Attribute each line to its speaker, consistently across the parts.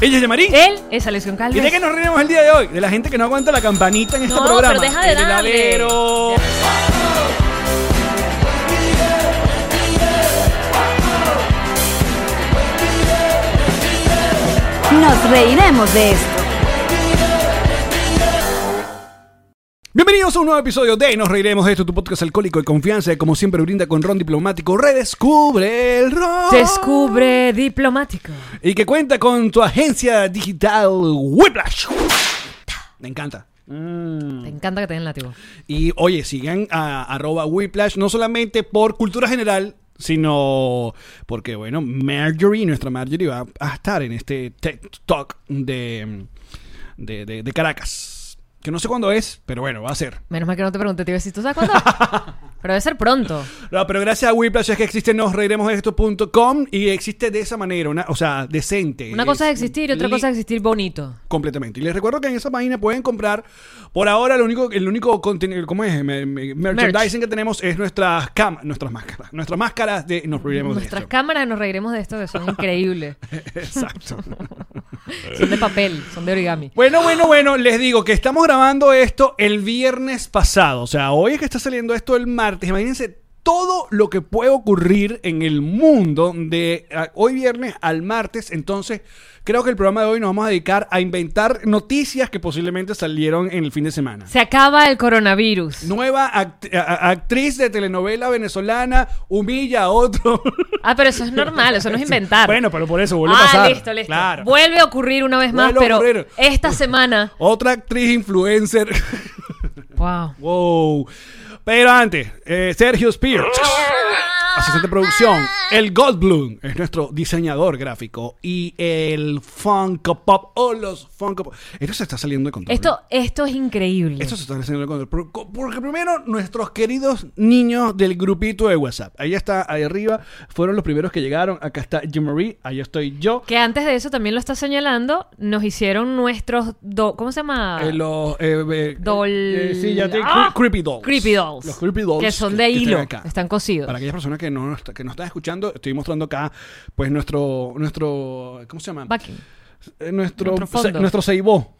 Speaker 1: Ella es Yamari.
Speaker 2: Él es Alexion
Speaker 1: ¿Y de qué
Speaker 2: Calves.
Speaker 1: nos reiremos el día de hoy? De la gente que no aguanta la campanita en este
Speaker 2: No,
Speaker 1: programa.
Speaker 2: pero deja de
Speaker 1: El
Speaker 2: darle.
Speaker 1: heladero.
Speaker 3: Nos reiremos de esto.
Speaker 1: Bienvenidos a un nuevo episodio de Nos Reiremos de esto, tu podcast alcohólico de confianza, que como siempre brinda con ron diplomático. Redescubre el ron.
Speaker 2: Descubre diplomático.
Speaker 1: Y que cuenta con tu agencia digital Whiplash. Me encanta. Mm.
Speaker 2: Te encanta que te den látigo.
Speaker 1: Y oye, sigan a arroba Whiplash, no solamente por cultura general, sino porque, bueno, Marjorie, nuestra Marjorie, va a estar en este TED Talk de, de, de- de Caracas. Que no sé cuándo es, pero bueno, va a ser.
Speaker 2: Menos mal que no te pregunté, te iba a decir, ¿tú sabes cuándo? Pero debe ser pronto.
Speaker 1: No, pero gracias a Whiplash es que existe nosreiremosdeesto.com y existe de esa manera, una, o sea, decente.
Speaker 2: Una cosa es existir y otra cosa
Speaker 1: es...
Speaker 2: es
Speaker 1: li-
Speaker 2: existir bonito.
Speaker 1: Completamente. Y les recuerdo que en esa página pueden comprar, por ahora, lo único, el único contenido, ¿cómo es? Me- me- merchandising que tenemos es nuestras cam nuestras máscaras. Nuestras máscaras de Nos Reiremos de
Speaker 2: Nuestras
Speaker 1: Esto.
Speaker 2: cámaras nos reiremos de esto que son increíbles.
Speaker 1: Exacto.
Speaker 2: Son de papel, son de origami.
Speaker 1: Bueno, bueno, bueno, les digo que estamos grabando esto el viernes pasado. O sea, hoy es que está saliendo esto el martes. Imagínense todo lo que puede ocurrir en el mundo de ah, hoy viernes al martes. Entonces, creo que el programa de hoy nos vamos a dedicar a inventar noticias que posiblemente salieron en el fin de semana.
Speaker 2: Se acaba el coronavirus.
Speaker 1: Nueva act- a- a- actriz de telenovela venezolana humilla a otro.
Speaker 2: Ah, pero eso es normal, eso no es inventar.
Speaker 1: bueno, pero por eso vuelve
Speaker 2: ah,
Speaker 1: a pasar.
Speaker 2: listo, listo.
Speaker 1: Claro.
Speaker 2: Vuelve a ocurrir una vez más,
Speaker 1: Vuelve a
Speaker 2: pero
Speaker 1: ocurrir.
Speaker 2: esta semana.
Speaker 1: Otra actriz influencer.
Speaker 2: Wow.
Speaker 1: Wow. Pero antes, eh, Sergio Spears, asistente de producción, el Goldblum es nuestro diseñador gráfico y el Funko Pop o los Funko Pop. Esto se está saliendo de control.
Speaker 2: Esto, esto es increíble.
Speaker 1: Esto se está saliendo de control. Por- co- Porque primero, nuestros queridos niños del grupito de WhatsApp. Ahí está, ahí arriba, fueron los primeros que llegaron. Acá está Jim Marie, ahí estoy yo.
Speaker 2: Que antes de eso también lo está señalando, nos hicieron nuestros. do- ¿Cómo se llama?
Speaker 1: Eh, los eh, eh,
Speaker 2: Doll-
Speaker 1: eh, sí, ya te-
Speaker 2: ¡Ah!
Speaker 1: cre- creepy dolls.
Speaker 2: Creepy dolls.
Speaker 1: Los creepy dolls
Speaker 2: Que son de
Speaker 1: están
Speaker 2: hilo,
Speaker 1: acá.
Speaker 2: están cosidos.
Speaker 1: Para aquellas personas que no que no están escuchando, estoy mostrando acá pues nuestro nuestro ¿cómo se llama?
Speaker 2: Backing.
Speaker 1: Eh, nuestro
Speaker 2: nuestro
Speaker 1: se-
Speaker 2: fondo.
Speaker 1: nuestro seibó.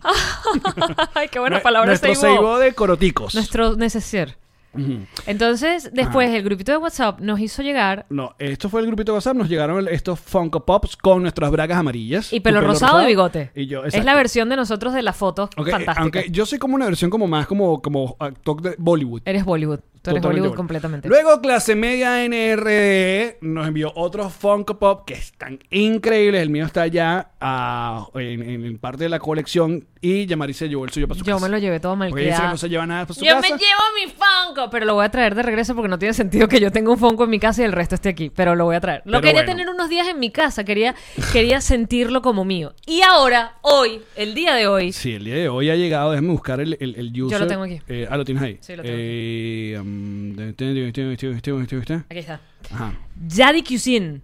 Speaker 2: Ay, qué buena palabra
Speaker 1: Nuestro
Speaker 2: Seibo.
Speaker 1: seibó de coroticos.
Speaker 2: Nuestro neceser.
Speaker 1: Ah.
Speaker 2: Entonces, después el grupito de WhatsApp nos hizo llegar
Speaker 1: No, esto fue el grupito de WhatsApp, nos llegaron el- estos Funko Pops con nuestras bragas amarillas.
Speaker 2: y
Speaker 1: Tu
Speaker 2: pelo, rosado y bigote.
Speaker 1: Y yo,
Speaker 2: es
Speaker 1: exacto.
Speaker 2: la versión de nosotros de las fotos
Speaker 1: Ok, eh,
Speaker 2: fantástica.
Speaker 1: Aunque yo soy como una versión como más como como actor de Bollywood.
Speaker 2: Eres Bollywood. Tú eres
Speaker 1: Totalmente
Speaker 2: Bollywood
Speaker 1: bueno.
Speaker 2: completamente.
Speaker 1: Luego, clase media NRD nos envió otros Funko Pop que están increíbles. El mío está allá ah, en, en- en parte de la colección y Yamari se llevó el suyo para su
Speaker 2: yo
Speaker 1: casa.
Speaker 2: me lo llevé todo mal
Speaker 1: Porque dice que no se lleva nada para su
Speaker 2: Yo me
Speaker 1: casa.
Speaker 2: llevo mi Funko, pero lo voy a traer de regreso porque no tiene sentido que yo tenga un Funko en mi casa y el resto esté aquí, pero lo voy a traer.
Speaker 1: Pero
Speaker 2: Lo quería
Speaker 1: bueno.
Speaker 2: tener unos días en mi casa, quería, quería sentirlo como mío. Y ahora, hoy, el día de hoy,
Speaker 1: Sí, el día de hoy ha llegado. Déjame buscar el, el, el user.
Speaker 2: lo tengo aquí.
Speaker 1: Eh, ah, lo tienes ahí.
Speaker 2: Sí, lo tengo aquí.
Speaker 1: Eh, um, de- de- de- de- de- de- de- de-
Speaker 2: aquí está.
Speaker 1: Ajá.
Speaker 2: Jadi Cuisine.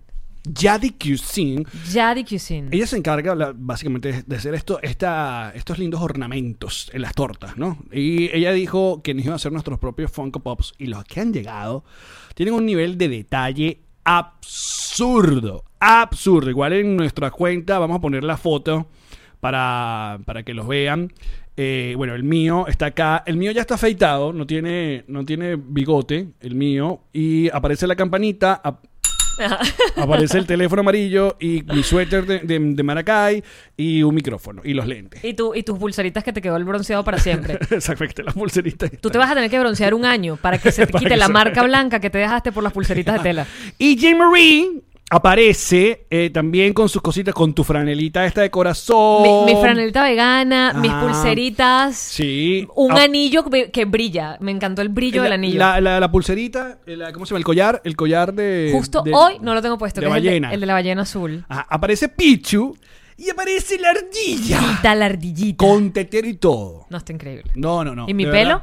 Speaker 1: Yadi Cuisine.
Speaker 2: Jadi Cuisine.
Speaker 1: Ella se encarga la- básicamente de- de hacer esto, esta, estos lindos ornamentos en las tortas, ¿no? Y ella dijo que nos iban a hacer nuestros propios Funko Pops y los que han llegado tienen un nivel de detalle absurdo, absurdo. Igual en nuestra cuenta vamos a poner la foto para, para que los vean. Eh, bueno, el mío está acá. El mío ya está afeitado, no tiene, no tiene bigote, el mío. Y aparece la campanita, ap- Aparece el teléfono amarillo y mi suéter de, de- de Maracay y un micrófono y los lentes.
Speaker 2: Y, tú, y tus pulseritas que te quedó el bronceado para siempre.
Speaker 1: Exactamente, las pulseritas.
Speaker 2: Tú te vas a tener que broncear un año para que se te
Speaker 1: Para
Speaker 2: quite
Speaker 1: que
Speaker 2: la
Speaker 1: se-
Speaker 2: marca blanca que te dejaste por las pulseritas de tela.
Speaker 1: Y Jim Marie aparece eh, también con sus cositas, con tu franelita esta de
Speaker 2: Mi,
Speaker 1: corazón.
Speaker 2: mi franelita vegana, mis
Speaker 1: Ajá.
Speaker 2: pulseritas.
Speaker 1: Oh. Ah. Sí.
Speaker 2: Un
Speaker 1: Ah,
Speaker 2: anillo que que brilla. Me encantó el brillo del
Speaker 1: la-
Speaker 2: anillo.
Speaker 1: La, la- la pulserita, eh, la- ¿cómo se llama? El collar, el collar de...
Speaker 2: Justo
Speaker 1: de-
Speaker 2: hoy no lo tengo puesto,
Speaker 1: de
Speaker 2: que es el de- el
Speaker 1: ballena.
Speaker 2: de, la ballena azul.
Speaker 1: Ajá, aparece Pichu y aparece la ardilla.
Speaker 2: Quita la ardillita.
Speaker 1: Ah. Con tetero y todo.
Speaker 2: No, está increíble.
Speaker 1: No, no, no.
Speaker 2: ¿Y mi
Speaker 1: de verdad.
Speaker 2: pelo?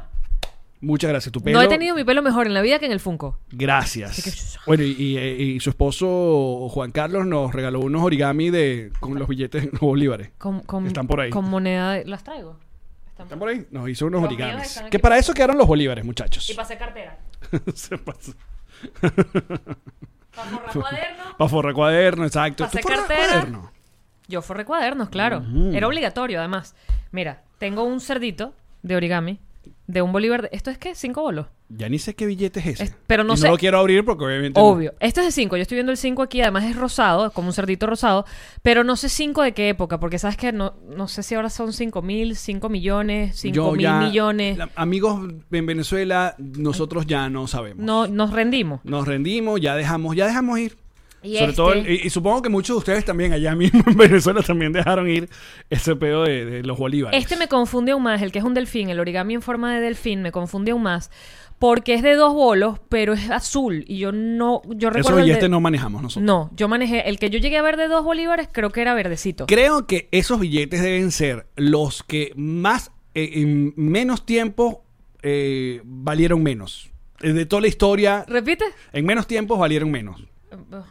Speaker 1: Muchas gracias. Tu pelo.
Speaker 2: No he tenido mi pelo mejor en la vida que en el Funko.
Speaker 1: Gracias.
Speaker 2: que-
Speaker 1: Bueno, y, y- eh, y su esposo Juan Carlos nos regaló unos origami de con los billetes de bolívares.
Speaker 2: Con, con-
Speaker 1: Están por ahí.
Speaker 2: Con moneda. de- ¿Las traigo? Están
Speaker 1: ¿Están por ahí? Nos hizo unos
Speaker 2: Los míos
Speaker 1: origamis.
Speaker 2: están aquí.
Speaker 1: Que para eso quedaron los bolívares, muchachos.
Speaker 2: Y pasé cartera.
Speaker 1: Se pasó.
Speaker 2: Para forrar cuaderno.
Speaker 1: Para forrar cuaderno, exacto.
Speaker 2: Para
Speaker 1: ¿Tú
Speaker 2: hacer
Speaker 1: forras
Speaker 2: cartera.
Speaker 1: cuaderno?
Speaker 2: Yo forré cuadernos, claro. Era obligatorio, además. Mira, tengo un cerdito de origami de un bolívar. de- ¿Esto es qué? ¿Cinco bolos?
Speaker 1: Ya ni sé qué billete es ese.
Speaker 2: Es- pero no
Speaker 1: Y
Speaker 2: sé.
Speaker 1: lo quiero abrir porque obviamente. no.
Speaker 2: Obvio. Este es de 5. Yo estoy viendo el 5 aquí. Además es rosado, es como un cerdito rosado. Pero no sé 5 de qué época. Porque sabes que no, no sé si ahora son 5 mil, 5 millones, 5
Speaker 1: Yo
Speaker 2: mil
Speaker 1: ya-
Speaker 2: millones.
Speaker 1: la- amigos en Venezuela, nosotros ya no sabemos.
Speaker 2: No, nos rendimos.
Speaker 1: Nos rendimos, ya dejamos, ya dejamos ir.
Speaker 2: Y
Speaker 1: Sobre
Speaker 2: este-
Speaker 1: todo, el- y, y supongo que muchos de ustedes también allá mismo en Venezuela también dejaron ir ese pedo de, de los bolívares.
Speaker 2: Este me confunde aún más, el que es un delfín, el origami en forma de delfín, me confunde aún más. Porque es de dos bolos, pero es azul. Y yo no. Yo
Speaker 1: Eso
Speaker 2: recuerdo. el
Speaker 1: y
Speaker 2: de-
Speaker 1: este no manejamos nosotros.
Speaker 2: No, yo manejé. El que yo llegué a ver de dos bolívares, creo que era verdecito.
Speaker 1: Creo que esos billetes deben ser los que más, eh, en menos tiempo, eh, valieron menos. Eh, De toda la historia,
Speaker 2: ¿Repite?
Speaker 1: en menos tiempos valieron menos.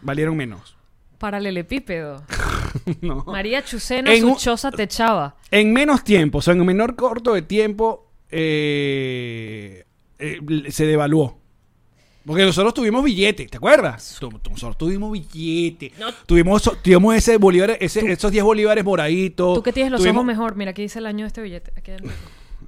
Speaker 1: Valieron menos.
Speaker 2: Paralelepípedo.
Speaker 1: no.
Speaker 2: María Chucena,
Speaker 1: En
Speaker 2: su
Speaker 1: un-
Speaker 2: choza te echaba.
Speaker 1: En menos tiempo, o sea, en un menor corto de tiempo, eh, eh, se devaluó. Porque nosotros tuvimos billete, ¿te acuerdas? Tu- tu- Nosotros tuvimos billete. Tuvimos, so- tuvimos ese bolívar, ese, esos 10 bolívares moraditos.
Speaker 2: Tú que tienes los
Speaker 1: Tuvimos-
Speaker 2: ojos mejor. Mira, aquí dice el año de este billete. Aquí adentro.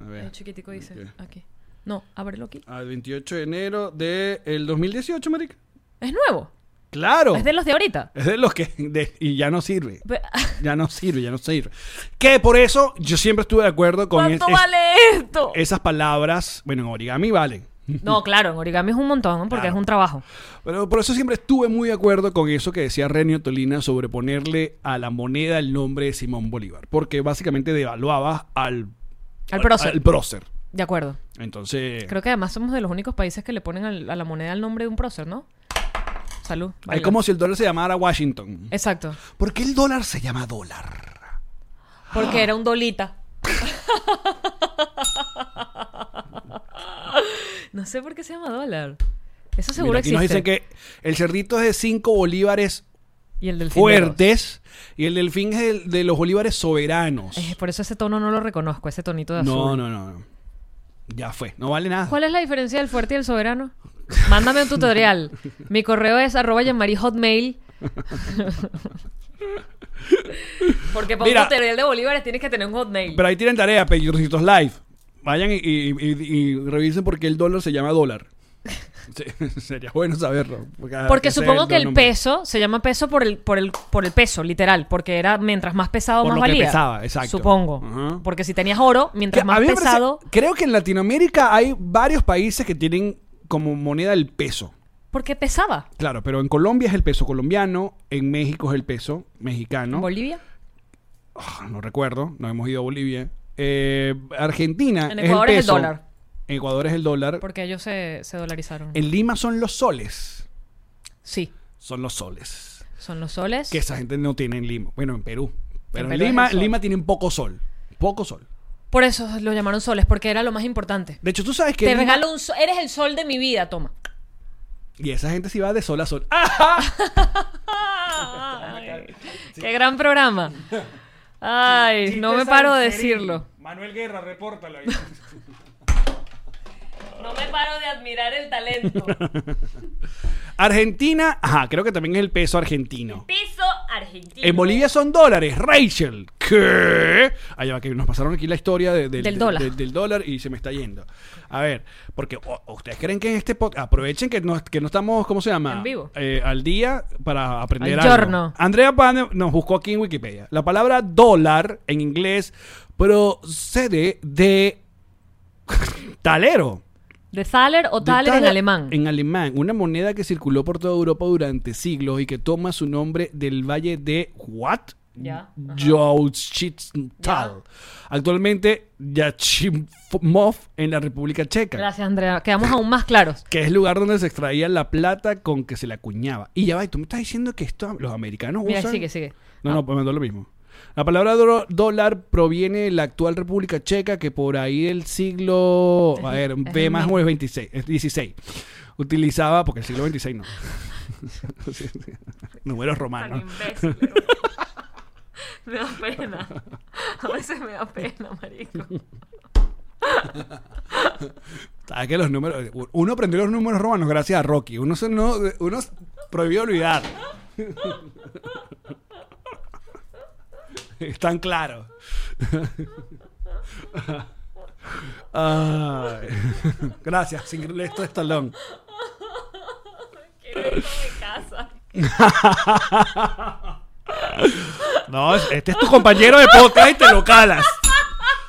Speaker 1: A
Speaker 2: Ahí
Speaker 1: ver,
Speaker 2: chiquitico dice.
Speaker 1: Ok.
Speaker 2: Aquí. No, ábrelo aquí.
Speaker 1: al 28 de enero del 2018, marica.
Speaker 2: Es nuevo.
Speaker 1: Claro.
Speaker 2: Es de los de ahorita.
Speaker 1: Es de los que... de- y ya no sirve.
Speaker 2: Pe-
Speaker 1: Ya no sirve, ya no sirve. Que por eso yo siempre estuve de acuerdo con
Speaker 2: ¿Cuánto
Speaker 1: es-
Speaker 2: vale esto?
Speaker 1: esas palabras. Bueno, en origami valen.
Speaker 2: No, claro, en origami es un montón, porque
Speaker 1: Claro.
Speaker 2: es un trabajo.
Speaker 1: Pero por eso siempre estuve muy de acuerdo con eso que decía Renio Tolina sobre ponerle a la moneda el nombre de Simón Bolívar, porque básicamente devaluaba al,
Speaker 2: Al prócer.
Speaker 1: al prócer.
Speaker 2: De acuerdo.
Speaker 1: Entonces,
Speaker 2: Creo que además somos de los únicos países que le ponen al- a la moneda el nombre de un prócer, ¿no? Salud.
Speaker 1: es
Speaker 2: baila.
Speaker 1: como si el dólar se llamara Washington.
Speaker 2: Exacto.
Speaker 1: ¿Por qué el dólar se llama dólar?
Speaker 2: Porque era un dolita. no sé por qué se llama dólar. Eso seguro
Speaker 1: Mira, aquí
Speaker 2: existe.
Speaker 1: nos dicen que el cerdito es de 5 bolívares
Speaker 2: y el delfín de dos.
Speaker 1: fuertes y el delfín es el- de los bolívares soberanos.
Speaker 2: Eh, por eso ese tono no lo reconozco, ese tonito de azul.
Speaker 1: No, no, no, no. Ya fue, no vale nada.
Speaker 2: ¿Cuál es la diferencia del fuerte y el soberano? Mándame un tutorial. Mi correo es arroba hotmail. Porque para
Speaker 1: Mira.
Speaker 2: un tutorial de Bolívares tienes que tener un hotmail.
Speaker 1: Pero ahí tienen tarea, Pellorcitos Live. Vayan y, y- y- y revisen por qué el dólar se llama dólar. Se- Sería bueno saberlo.
Speaker 2: Porque supongo que el
Speaker 1: nombre.
Speaker 2: peso se llama peso por el, por el, por el peso, literal. Porque era mientras más pesado,
Speaker 1: Por
Speaker 2: más
Speaker 1: lo que
Speaker 2: valía.
Speaker 1: pesaba, exacto.
Speaker 2: Supongo.
Speaker 1: Ajá.
Speaker 2: Porque si tenías oro,
Speaker 1: Que
Speaker 2: mientras
Speaker 1: a
Speaker 2: más
Speaker 1: mí me parece-
Speaker 2: pesado.
Speaker 1: creo que en Latinoamérica hay varios países que tienen como moneda el peso.
Speaker 2: Porque pesaba.
Speaker 1: Claro, pero en Colombia es el peso colombiano, en México es el peso mexicano.
Speaker 2: Bolivia.
Speaker 1: Ah, no recuerdo, no hemos ido a Bolivia. Eh, Argentina
Speaker 2: En
Speaker 1: es
Speaker 2: Ecuador
Speaker 1: el
Speaker 2: es el
Speaker 1: peso.
Speaker 2: dólar.
Speaker 1: En Ecuador es el dólar.
Speaker 2: Porque ellos se, se dolarizaron.
Speaker 1: En Lima son los soles.
Speaker 2: Sí.
Speaker 1: Son los soles.
Speaker 2: Son los soles.
Speaker 1: que esa gente no tiene en Lima. Bueno, en Perú. Pero en,
Speaker 2: Perú es
Speaker 1: Lima,
Speaker 2: el sol.
Speaker 1: Lima tienen poco sol. Poco sol.
Speaker 2: Por eso lo llamaron soles, porque era lo más importante.
Speaker 1: De hecho, tú sabes que.
Speaker 2: Te
Speaker 1: Lima-
Speaker 2: regalo un sol. Eres el sol de mi vida, toma.
Speaker 1: Y esa gente sí va de sol a sol. ¡Ah!
Speaker 2: Ay, ¡Qué gran programa! Ay, no me paro de decirlo.
Speaker 1: Manuel Guerra, repórtalo ahí.
Speaker 2: No me paro de admirar el talento.
Speaker 1: Argentina, ajá, creo que también es el peso argentino.
Speaker 2: Piso argentino.
Speaker 1: En Bolivia son dólares, Rachel. ¿Qué? Allá va, que nos pasaron aquí la historia de- del,
Speaker 2: Del dólar.
Speaker 1: del- del dólar y se me está yendo. A ver, porque o- ustedes creen que en este podcast. Aprovechen que no, que no estamos, ¿cómo se llama?
Speaker 2: En vivo.
Speaker 1: Eh, al día para aprender
Speaker 2: Al
Speaker 1: algo.
Speaker 2: giorno.
Speaker 1: Andrea Pan nos buscó aquí en Wikipedia. La palabra dólar en inglés procede de talero.
Speaker 2: De Thaler o
Speaker 1: De
Speaker 2: Thaler en
Speaker 1: Thaler
Speaker 2: alemán.
Speaker 1: En alemán, una moneda que circuló por toda Europa durante siglos y que toma su nombre del valle de ¿What?
Speaker 2: Ya, ajá.
Speaker 1: Jauchitntal. Actualmente Yachimov en la República Checa,
Speaker 2: Gracias, Andrea. Quedamos aún más claros.
Speaker 1: que es el lugar donde se extraía la plata con que se la acuñaba. Y ya va, y tú me estás diciendo que esto los americanos
Speaker 2: Mira,
Speaker 1: usan.
Speaker 2: sigue, sigue.
Speaker 1: No, no, pues mandó lo mismo. La palabra dro- dólar proviene de la actual República Checa, que por ahí del siglo. A ver,
Speaker 2: es
Speaker 1: B
Speaker 2: el
Speaker 1: más
Speaker 2: mismo.
Speaker 1: o menos 26, es 16. Utilizaba, porque el siglo 26 no. Sí, sí. Números romanos.
Speaker 2: Me da pena. A veces me da pena, marico.
Speaker 1: ¿Sabes que los números. Uno aprendió los números romanos gracias a Rocky. Uno se no, uno se prohibió olvidar. Es tan claro. Ay. Gracias, Silvestre Stallone.
Speaker 2: Quiero de casa.
Speaker 1: No, este es tu compañero de podcast y te lo calas.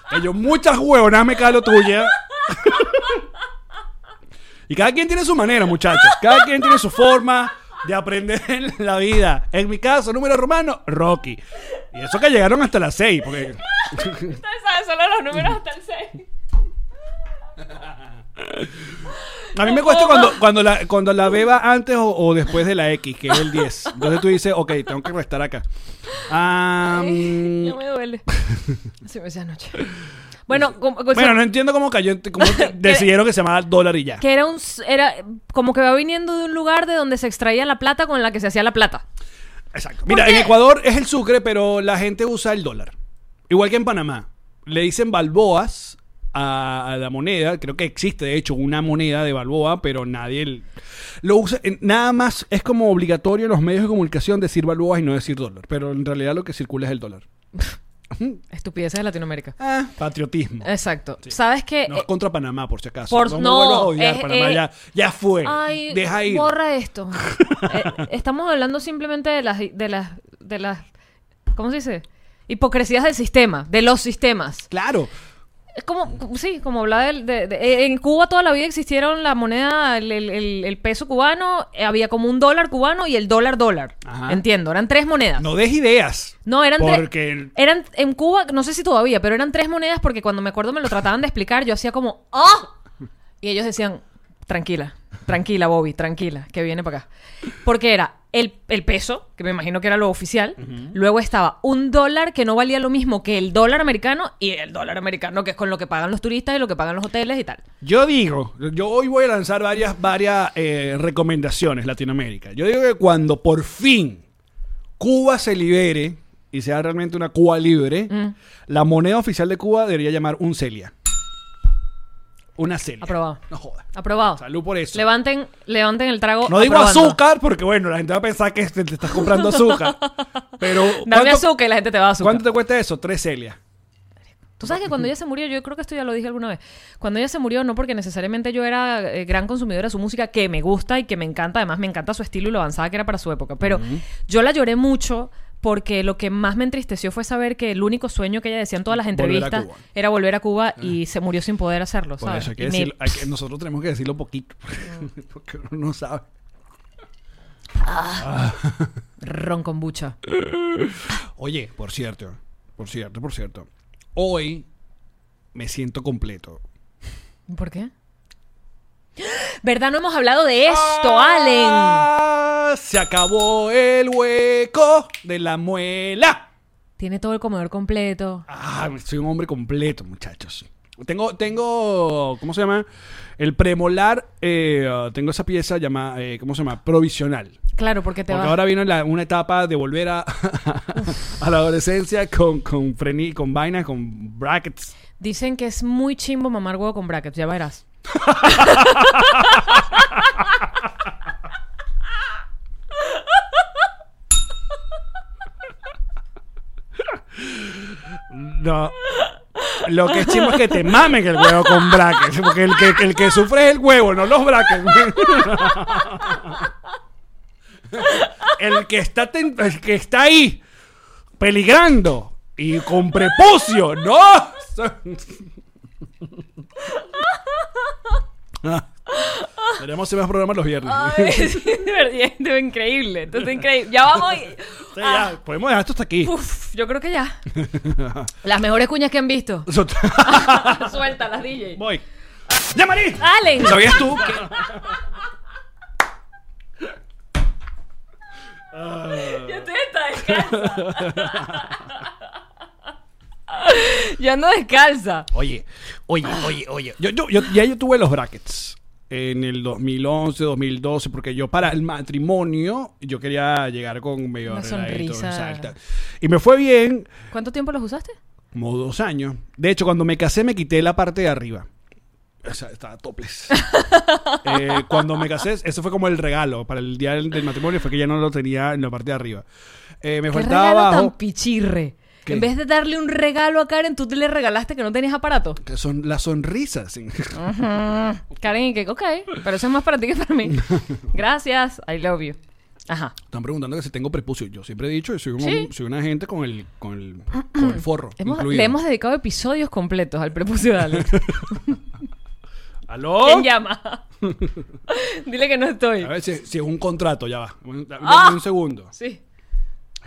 Speaker 1: Que yo muchas huevonas me calo tuya. Y cada quien tiene su manera, muchachos. Cada quien tiene su forma de aprender en la vida. En mi caso, número romano, Rocky. Y eso que llegaron hasta las 6, porque
Speaker 2: Ustedes saben solo los números hasta el 6.
Speaker 1: a mí me cuesta cuando, cuando, la, cuando la beba antes o, o después de la X, que es el 10. Entonces tú dices, ok, tengo que restar acá. Ah, mm,
Speaker 2: No me duele. Así me hice anoche. Bueno, como- pues, o sea,
Speaker 1: Pues, bueno, no entiendo cómo cayó, ent- cómo que decidieron que se llamaba dólar y ya.
Speaker 2: que era un s- era como que va viniendo de un lugar de donde se extraía la plata con la que se hacía la plata.
Speaker 1: Exacto. Mira,
Speaker 2: ¿Por
Speaker 1: en
Speaker 2: qué?
Speaker 1: Ecuador es el sucre, pero la gente usa el dólar. Igual que en Panamá. Le dicen balboas a, a la moneda. Creo que existe, de hecho, una moneda de balboa, pero nadie el- lo usa. en- Nada más es como obligatorio en los medios de comunicación decir balboas y no decir dólar. Pero en realidad lo que circula es el dólar.
Speaker 2: Estupideces de Latinoamérica.
Speaker 1: Ah, patriotismo.
Speaker 2: Exacto. ¿Sabes qué?
Speaker 1: No es contra Panamá, por si acaso.
Speaker 2: Eh, Por-
Speaker 1: no me
Speaker 2: no,
Speaker 1: vuelvas a odiar,
Speaker 2: es-
Speaker 1: Panamá.
Speaker 2: es-
Speaker 1: ya, ya fue.
Speaker 2: Ay,
Speaker 1: Deja ir.
Speaker 2: borra esto. Eh, estamos hablando simplemente de las, de las, de las, ¿cómo se dice? Hipocresías del sistema, de los sistemas.
Speaker 1: Claro.
Speaker 2: Es como, sí, como hablaba del- de, de- eh, en Cuba toda la vida existieron la moneda, el, el- el- el peso cubano, eh, había como un dólar cubano y el dólar dólar.
Speaker 1: Ajá.
Speaker 2: Entiendo, eran tres monedas.
Speaker 1: No des ideas.
Speaker 2: No, eran tres-
Speaker 1: Porque el-
Speaker 2: Eran en Cuba, no sé si todavía, pero eran tres monedas porque cuando me acuerdo me lo trataban de explicar, yo hacía como ¡Oh! Y ellos decían, tranquila, tranquila, Bobby, tranquila, que viene para acá. Porque era el, el peso, que me imagino que era lo oficial, luego estaba un dólar que no valía lo mismo que el dólar americano y el dólar americano que es con lo que pagan los turistas y lo que pagan los hoteles y tal.
Speaker 1: Yo digo, yo hoy voy a lanzar varias, varias eh, recomendaciones Latinoamérica. Yo digo que cuando por fin Cuba se libere y sea realmente una Cuba libre,
Speaker 2: Mm.
Speaker 1: la moneda oficial de Cuba debería llamar un Celia. Una Celia.
Speaker 2: Aprobado.
Speaker 1: No joda.
Speaker 2: Aprobado.
Speaker 1: Salud por eso.
Speaker 2: Levanten, levanten el trago.
Speaker 1: no digo
Speaker 2: aprobando.
Speaker 1: azúcar porque bueno, la gente va a pensar que te, te estás comprando azúcar. Pero
Speaker 2: Dame
Speaker 1: ¿cuánto-
Speaker 2: azúcar y la gente te va a azúcar.
Speaker 1: ¿Cuánto te cuesta eso? Tres Celia.
Speaker 2: Tú sabes que cuando ella se murió, yo creo que esto ya lo dije alguna vez, cuando ella se murió, no porque necesariamente yo era eh, gran consumidora de su música, que me gusta y que me encanta, además me encanta su estilo y lo avanzada que era para su época, pero yo la lloré mucho porque lo que más me entristeció fue saber que el único sueño que ella decía en todas las
Speaker 1: Volver a
Speaker 2: entrevistas
Speaker 1: Cuba. Ah.
Speaker 2: era volver a Cuba y se murió sin poder hacerlo,
Speaker 1: Por
Speaker 2: ¿sabes?
Speaker 1: eso hay que
Speaker 2: Y Mm. me-
Speaker 1: decirlo- hay que- nosotros tenemos que decirlo poquito porque uno no sabe.
Speaker 2: Ron con bucha.
Speaker 1: Oye, por cierto, por cierto, por cierto. Hoy me siento completo.
Speaker 2: ¿Por qué? ¿Verdad? No hemos hablado de esto, Allen.
Speaker 1: Ah, Se acabó el hueco de la muela.
Speaker 2: Tiene todo el comedor completo.
Speaker 1: Ah, soy un hombre completo, muchachos. Tengo, tengo, ¿cómo se llama? El premolar, eh, ah, tengo esa pieza llamada, eh, ¿cómo se llama? Provisional.
Speaker 2: Claro, porque te
Speaker 1: Porque
Speaker 2: va.
Speaker 1: ahora vino la- una etapa de volver a, a la adolescencia con, con frení, con vainas, con brackets.
Speaker 2: Dicen que es muy chimbo mamar huevo con brackets, ya verás.
Speaker 1: No. Lo que es chimbo es que te mamen el huevo con brackets. Porque el que, el que sufre es el huevo, no los brackets. El que está, ten- el que está ahí peligrando y con prepucio. ¡No! Veremos si más programas los viernes.
Speaker 2: es increíble, entonces increíble. Ya vamos. y- Ah,
Speaker 1: Sí, ya, podemos dejar esto hasta aquí.
Speaker 2: Uf, yo creo que ya. Las mejores cuñas que han visto. Suéltalas, DJ.
Speaker 1: Voy. ¡Ya, Marí!
Speaker 2: Allen.
Speaker 1: ¿Sabías tú que-
Speaker 2: Ya estoy hasta descalza. ya no descalza.
Speaker 1: Oye, oye, oye, oye. Yo, yo, yo- ya yo tuve los brackets en el 2011, 2012, porque yo para el matrimonio yo quería llegar con medio
Speaker 2: Una
Speaker 1: arregladito,
Speaker 2: sonrisa.
Speaker 1: salta. Y me fue bien,
Speaker 2: ¿Cuánto tiempo los usaste?
Speaker 1: como dos años. De hecho, cuando me casé me quité la parte de arriba. O sea, estaba toples. Eh, cuando me casé, eso fue como el regalo para el día del, del matrimonio, fue que ya no lo tenía en la parte de arriba. Eh, me
Speaker 2: Qué
Speaker 1: faltaba
Speaker 2: regalo
Speaker 1: abajo.
Speaker 2: tan pichirre.
Speaker 1: ¿Qué?
Speaker 2: En vez de darle un regalo a Karen, tú te le regalaste que no tenías aparato.
Speaker 1: Que son las sonrisas.
Speaker 2: Ujú. Karen, y que, ok, pero eso es más para ti que para mí. Gracias, I love you. Ajá.
Speaker 1: Están preguntando que si tengo prepucio. Yo siempre he dicho que soy, un-
Speaker 2: Sí.
Speaker 1: soy una gente con el, con el, con el forro.
Speaker 2: Hemos-
Speaker 1: incluido.
Speaker 2: le hemos dedicado episodios completos al prepucio de Alex.
Speaker 1: ¿Aló?
Speaker 2: ¿Quién llama? Dile que no estoy.
Speaker 1: A ver si, si es un contrato, ya va. Dame
Speaker 2: Ah.
Speaker 1: un segundo.
Speaker 2: Sí.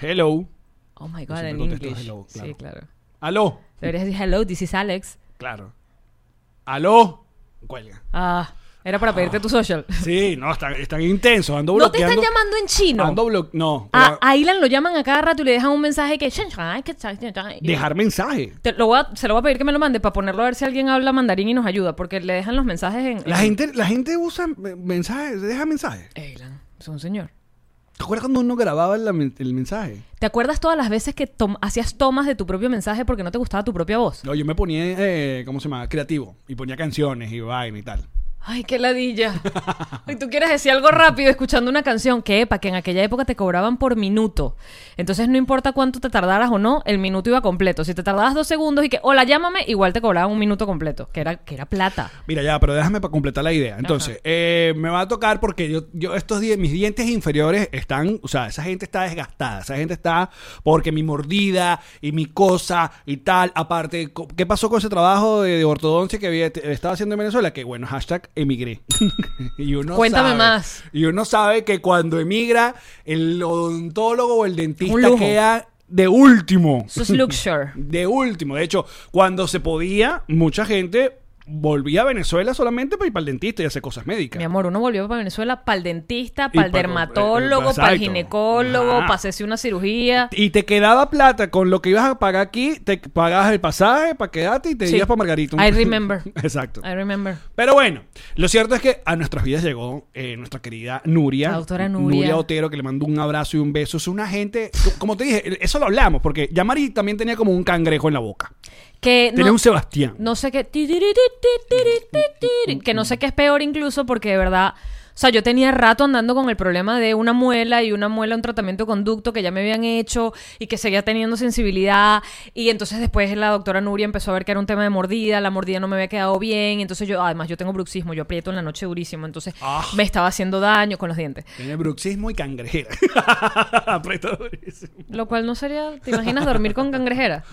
Speaker 1: Hello.
Speaker 2: Oh my god,
Speaker 1: siempre
Speaker 2: en
Speaker 1: contesto
Speaker 2: English.
Speaker 1: hello,
Speaker 2: Sí, claro.
Speaker 1: ¿Aló?
Speaker 2: Deberías decir hello, this is Alex.
Speaker 1: Claro. ¿Aló? Cuelga.
Speaker 2: Ah, era para pedirte tu social.
Speaker 1: Sí, no, están, están intensos. Ando
Speaker 2: No te están
Speaker 1: bloqueando.
Speaker 2: llamando Ah, en chino.
Speaker 1: Ando blo- No.
Speaker 2: A,
Speaker 1: pero
Speaker 2: a Ilan lo llaman a cada rato y le dejan un mensaje que... Deja.
Speaker 1: Dejar mensaje.
Speaker 2: lo voy a- se lo voy a pedir que me lo mande para ponerlo a ver si alguien habla mandarín y nos ayuda, porque le dejan los mensajes en...
Speaker 1: La gente, la gente usa me- mensajes, deja mensajes.
Speaker 2: Eh, Ilan, es un señor.
Speaker 1: ¿Te acuerdas cuando uno grababa la men- el mensaje?
Speaker 2: ¿Te acuerdas todas las veces que tom- hacías tomas de tu propio mensaje porque no te gustaba tu propia voz?
Speaker 1: No, yo me ponía, eh, ¿cómo se llama? Creativo. Y ponía canciones y vaina y tal.
Speaker 2: Ay, qué ladilla. Y tú quieres decir algo rápido escuchando una canción que, epa, que en aquella época te cobraban por minuto. Entonces, no importa cuánto te tardaras o no, el minuto iba completo. Si te tardabas dos segundos y que, hola, llámame, igual te cobraban un minuto completo, que era, que era plata.
Speaker 1: Mira, ya, pero déjame para completar la idea. Entonces, eh, me va a tocar porque yo, yo estos di- mis dientes inferiores están, o sea, esa gente está desgastada, esa gente está porque mi mordida y mi cosa y tal. Aparte, co- ¿qué pasó con ese trabajo de, de ortodoncia que había- te- estaba haciendo en Venezuela? Que bueno, hashtag emigré. y uno
Speaker 2: Cuéntame
Speaker 1: sabe-
Speaker 2: más.
Speaker 1: Y uno sabe que cuando emigra, el odontólogo o el
Speaker 2: Un
Speaker 1: dentista
Speaker 2: lujo.
Speaker 1: queda de último.
Speaker 2: Eso es luxure.
Speaker 1: De último. De hecho, cuando se podía, mucha gente volvía a Venezuela solamente para ir para el dentista y hacer cosas médicas.
Speaker 2: Mi amor, uno volvió para Venezuela para el dentista,
Speaker 1: Y
Speaker 2: para el
Speaker 1: para-
Speaker 2: dermatólogo, para el
Speaker 1: exacto. Ah.
Speaker 2: ginecólogo,
Speaker 1: Ajá.
Speaker 2: para hacerse una cirugía.
Speaker 1: Y te quedaba plata con lo que ibas a pagar aquí, te pagabas el pasaje para quedarte y te
Speaker 2: Sí.
Speaker 1: ibas para Margarito.
Speaker 2: I remember.
Speaker 1: Exacto.
Speaker 2: I remember.
Speaker 1: Pero bueno, lo cierto es que a nuestras vidas llegó eh, nuestra querida Nuria.
Speaker 2: La doctora Nuria.
Speaker 1: Otero, que le mandó un abrazo y un beso. Es una gente, co- como te dije, eso lo hablamos, porque Yamari también tenía como un cangrejo en la boca.
Speaker 2: Que
Speaker 1: Tenía
Speaker 2: no-
Speaker 1: un Sebastián.
Speaker 2: No sé qué. Que no sé qué es peor incluso porque de verdad. O sea, yo tenía rato andando con el problema de una muela y una muela, un tratamiento de conducto que ya me habían hecho y que seguía teniendo sensibilidad. Y entonces después la doctora Nuria empezó a ver que era un tema de mordida, la mordida no me había quedado bien. Entonces yo, además yo tengo bruxismo, yo aprieto en la noche durísimo, entonces
Speaker 1: Ah.
Speaker 2: me estaba haciendo daño con los dientes.
Speaker 1: Tiene bruxismo y cangrejera. Aprieta durísimo.
Speaker 2: Lo cual no sería, ¿te imaginas dormir con cangrejera?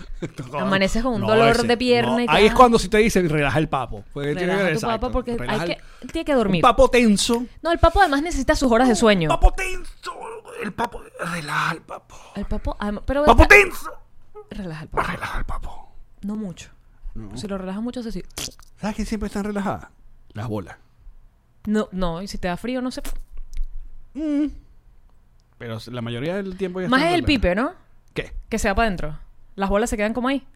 Speaker 1: No,
Speaker 2: Amaneces con un
Speaker 1: no,
Speaker 2: dolor
Speaker 1: ese,
Speaker 2: de pierna
Speaker 1: no.
Speaker 2: y que,
Speaker 1: Ahí es
Speaker 2: ah.
Speaker 1: cuando sí te dicen relaja el papo. Porque tiene que-
Speaker 2: Relaja tu
Speaker 1: exacto,
Speaker 2: papá porque hay
Speaker 1: relaja el-
Speaker 2: que, tiene que
Speaker 1: Un
Speaker 2: dormir.
Speaker 1: papo tenso.
Speaker 2: No, el papo además necesita sus horas de sueño.
Speaker 1: Papo tenso. El papo. Relaja el papo.
Speaker 2: El papo, además- pero
Speaker 1: Papo
Speaker 2: está-
Speaker 1: tenso.
Speaker 2: relaja el papo.
Speaker 1: Relaja el papo.
Speaker 2: No mucho. Si lo relajas mucho, es así.
Speaker 1: ¿Sabes que siempre están relajadas? Las bolas.
Speaker 2: No, no, y si te da frío, no sé.
Speaker 1: Mm. Pero la mayoría del tiempo ya
Speaker 2: Más
Speaker 1: están
Speaker 2: es el
Speaker 1: relajadas.
Speaker 2: pipe, ¿no?
Speaker 1: ¿Qué?
Speaker 2: Que se va para adentro. Las bolas se quedan como ahí.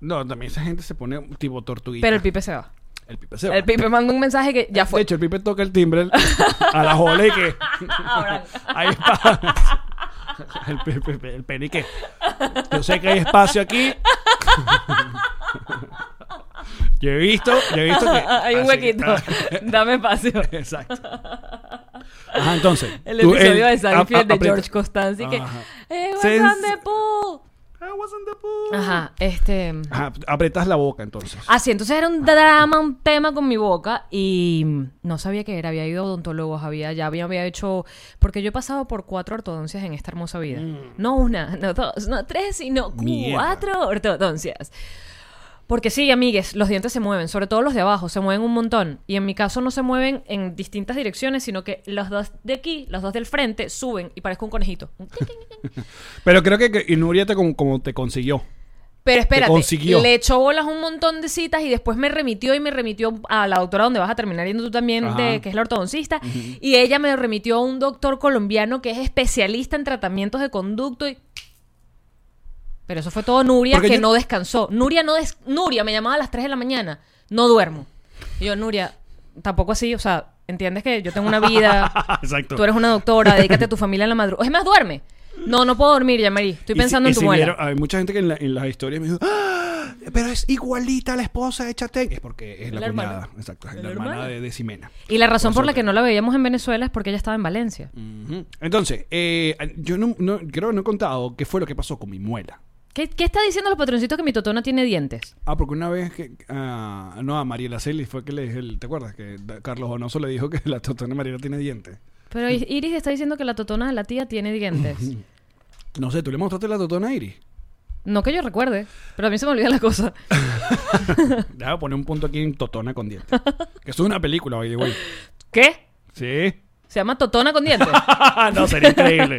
Speaker 1: No, también esa gente se pone tipo tortuguita.
Speaker 2: Pero el pipe se va.
Speaker 1: El pipe se va.
Speaker 2: El pipe manda un mensaje que ya
Speaker 1: De
Speaker 2: fue.
Speaker 1: hecho, el pipe toca el timbre a las bolas y que.
Speaker 2: Ahora,
Speaker 1: Hay espacio. El, pe- pe- pe- el penique. Yo sé que hay espacio aquí. Yo he visto, yo he visto que. Ah,
Speaker 2: hay un
Speaker 1: así que-
Speaker 2: huequito. Dame espacio.
Speaker 1: Exacto. Ajá, entonces.
Speaker 2: El
Speaker 1: tú-
Speaker 2: episodio de
Speaker 1: el-
Speaker 2: Seinfeld
Speaker 1: a-
Speaker 2: de
Speaker 1: aprieta-
Speaker 2: George Costanza. y que.
Speaker 1: Ajá.
Speaker 2: "Eh, what's
Speaker 1: Sens-
Speaker 2: on the pool?"
Speaker 1: I was in the pool.
Speaker 2: Ajá, este.
Speaker 1: Ajá, apretas la boca entonces.
Speaker 2: Ah, sí, entonces era un drama, un tema con mi boca y no sabía qué era. Había ido a odontólogos, había, ya había, había hecho. Porque yo he pasado por cuatro ortodoncias en esta hermosa vida. No una, no dos, no tres, sino
Speaker 1: Mierda.
Speaker 2: cuatro ortodoncias. Porque sí, amigues, los dientes se mueven, sobre todo los de abajo, se mueven un montón. Y en mi caso no se mueven en distintas direcciones, sino que los dos de aquí, los dos del frente, suben y parezco un conejito.
Speaker 1: Pero creo que, que y Nuria te, como, como te consiguió.
Speaker 2: Pero espérate,
Speaker 1: consiguió.
Speaker 2: le echó bolas un montón de citas y después me remitió y me remitió a la doctora donde vas a terminar yendo tú también,
Speaker 1: Ajá.
Speaker 2: de- que es la ortodoncista. Y ella me remitió a un doctor colombiano que es especialista en tratamientos de conducto y... Pero eso fue todo Nuria
Speaker 1: Porque
Speaker 2: que
Speaker 1: yo-
Speaker 2: no descansó. Nuria no des- Nuria me llamaba a las 3 de la mañana. No duermo. Y yo, Nuria, tampoco así, o sea, entiendes que yo tengo una vida.
Speaker 1: Ah, Exacto.
Speaker 2: Tú eres una doctora, dedícate a tu familia en la madrugada. Es más, duerme. No, no puedo dormir, ya, Marí.
Speaker 1: Y
Speaker 2: Estoy
Speaker 1: si-
Speaker 2: pensando
Speaker 1: y
Speaker 2: en tu
Speaker 1: si
Speaker 2: muela.
Speaker 1: vieron- hay mucha gente que en, la- en las historias me dijo, "Ah, pero es igualita a la esposa de Chatén. Es porque es la,
Speaker 2: La hermana.
Speaker 1: cuñada. Exacto, es la,
Speaker 2: La
Speaker 1: hermana,
Speaker 2: hermana.
Speaker 1: de, de Ximena.
Speaker 2: Y la razón por la
Speaker 1: suerte. Mm.
Speaker 2: que no la veíamos en Venezuela es porque ella estaba en Valencia.
Speaker 1: Ujú. Entonces, eh, yo no, no- creo que no he contado qué fue lo que pasó con mi muela.
Speaker 2: ¿Qué, qué está diciendo los patroncitos que mi totó no tiene dientes?
Speaker 1: Ah, porque una vez que. ah, no, a Mariela Celis fue que le dije. el- ¿Te acuerdas? Que da- Carlos Bonoso le dijo que la totona Mariela tiene dientes.
Speaker 2: Pero
Speaker 1: Mm.
Speaker 2: I- Iris está diciendo que la totona de la tía tiene dientes.
Speaker 1: No sé, ¿tú le mostraste la totona a Iris?
Speaker 2: No que yo recuerde, pero a mí se me olvida la cosa.
Speaker 1: Déjame poner un punto aquí en Totona con dientes. que eso es una película, by the way.
Speaker 2: ¿Qué?
Speaker 1: Sí.
Speaker 2: Se llama totona con dientes.
Speaker 1: no, sería increíble.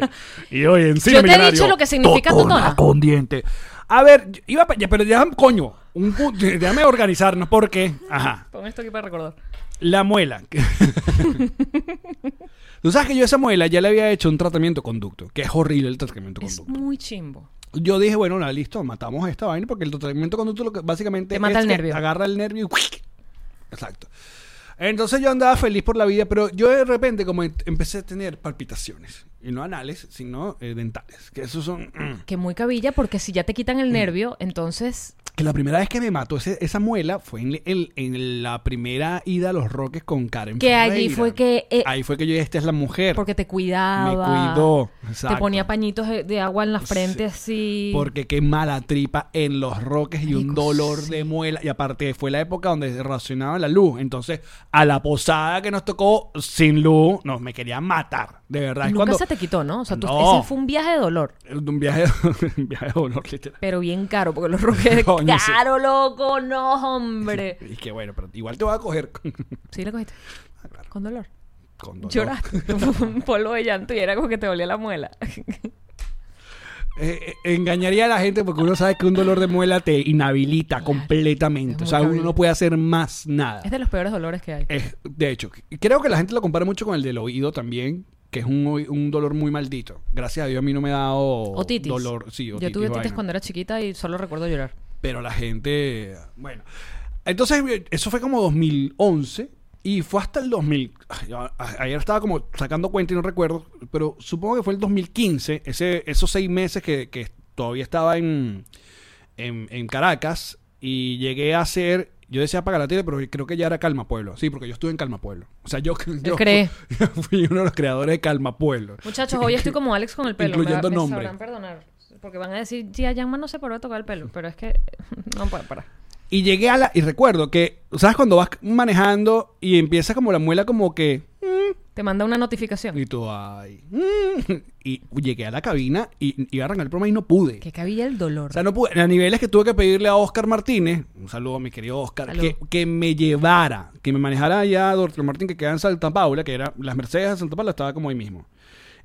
Speaker 1: Y hoy en Cine
Speaker 2: Yo te he
Speaker 1: Millonario,
Speaker 2: dicho lo que significa totona.
Speaker 1: con dientes. A ver, yo iba pa- ya, pero ya, coño. un pu- déjame organizarnos porque. Ajá.
Speaker 2: Pon esto aquí para recordar.
Speaker 1: La muela. Tú sabes que yo a esa muela ya le había hecho un tratamiento conducto, que es horrible el tratamiento
Speaker 2: Es
Speaker 1: conducto.
Speaker 2: muy chimbo.
Speaker 1: Yo dije, bueno, nada, listo, matamos esta vaina porque el tratamiento conducto lo que básicamente
Speaker 2: Te mata
Speaker 1: es
Speaker 2: el
Speaker 1: que
Speaker 2: nervio.
Speaker 1: agarra el nervio y ¡cuic! Exacto. Entonces yo andaba feliz por la vida, pero yo de repente como em- empecé a tener palpitaciones, y no anales, sino eh, dentales, que esos son mm,
Speaker 2: Que muy cabilla, porque si ya te quitan el nervio, entonces.
Speaker 1: que la primera vez que me mató ese- esa muela fue en, el- en la primera ida a los Roques con Karen.
Speaker 2: Que allí
Speaker 1: Ferreira.
Speaker 2: fue que, eh,
Speaker 1: ahí fue que yo dije, esta es la mujer.
Speaker 2: Porque te cuidaba.
Speaker 1: Me cuidó,
Speaker 2: Ah, Te
Speaker 1: exacto.
Speaker 2: ponía pañitos de, de agua en la frente así.
Speaker 1: Porque qué mala tripa en los roques y un
Speaker 2: Marico,
Speaker 1: dolor de muela. Y aparte fue la época donde se racionaba la luz. Entonces, a la posada que nos tocó sin luz, nos me querían matar. De verdad.
Speaker 2: Y
Speaker 1: Es
Speaker 2: nunca
Speaker 1: cuando-
Speaker 2: se te quitó, ¿no? O sea, tú-
Speaker 1: No.
Speaker 2: ese fue un viaje de dolor.
Speaker 1: Un viaje, un viaje de dolor, literal.
Speaker 2: Pero bien caro, porque los roques
Speaker 1: Coño, sí.
Speaker 2: caro, loco, no, hombre.
Speaker 1: Y que bueno, pero igual te voy a coger con,
Speaker 2: Sí, la cogiste. Con dolor.
Speaker 1: con Ah, dolor.
Speaker 2: Lloraste. un polvo de llanto y era como que te dolía la muela.
Speaker 1: Eh, eh, engañaría a la gente porque uno sabe que un dolor de muela te inhabilita
Speaker 2: es
Speaker 1: completamente. O
Speaker 2: muy
Speaker 1: sea, uno
Speaker 2: cabilla.
Speaker 1: no puede hacer más nada.
Speaker 2: es de los peores dolores que hay.
Speaker 1: Es, de hecho, creo que la gente lo compara mucho con el del oído también, que es un, oi- un dolor muy maldito. Gracias a Dios a mí no me ha dado
Speaker 2: Otitis.
Speaker 1: dolor. Sí, otitis,
Speaker 2: Yo tuve otitis
Speaker 1: vaina.
Speaker 2: cuando era chiquita y solo recuerdo llorar.
Speaker 1: Pero la gente... Bueno. Entonces, eh, eso fue como 2011 y fue hasta el 2000... Ay, a- a- Ayer estaba como sacando cuenta y no recuerdo, pero supongo que fue el 2015, ese, esos seis meses que, que todavía estaba en, en, en Caracas y llegué a hacer... Yo decía apagar la tele, pero creo que ya era Calma Pueblo. Sí, porque yo estuve en Calma Pueblo. O sea, yo, yo
Speaker 2: cree.
Speaker 1: yo fui uno de los creadores de Calma Pueblo.
Speaker 2: Muchachos, hoy estoy como Alex con el pelo.
Speaker 1: Incluyendo
Speaker 2: me, va- me
Speaker 1: nombre.
Speaker 2: sabrán perdonar. Porque van a decir, tía Yanma no se paró de tocar el pelo. Pero es que no puede parar.
Speaker 1: Y llegué a la. Y recuerdo que, ¿sabes? Cuando vas manejando y empieza como la muela, como que.
Speaker 2: Te manda una notificación.
Speaker 1: Y tú, ay. mm. Y llegué a la cabina y iba a arrancar el programa y no pude.
Speaker 2: Que cabilla el dolor.
Speaker 1: O sea, no pude. A niveles que tuve que pedirle a Oscar Martínez, un saludo a mi querido Oscar,
Speaker 2: Salud.
Speaker 1: que, que me llevara, que me manejara allá a Doctor Martín, que queda en Santa Paula, que era las Mercedes de Santa Paula, estaba como ahí mismo.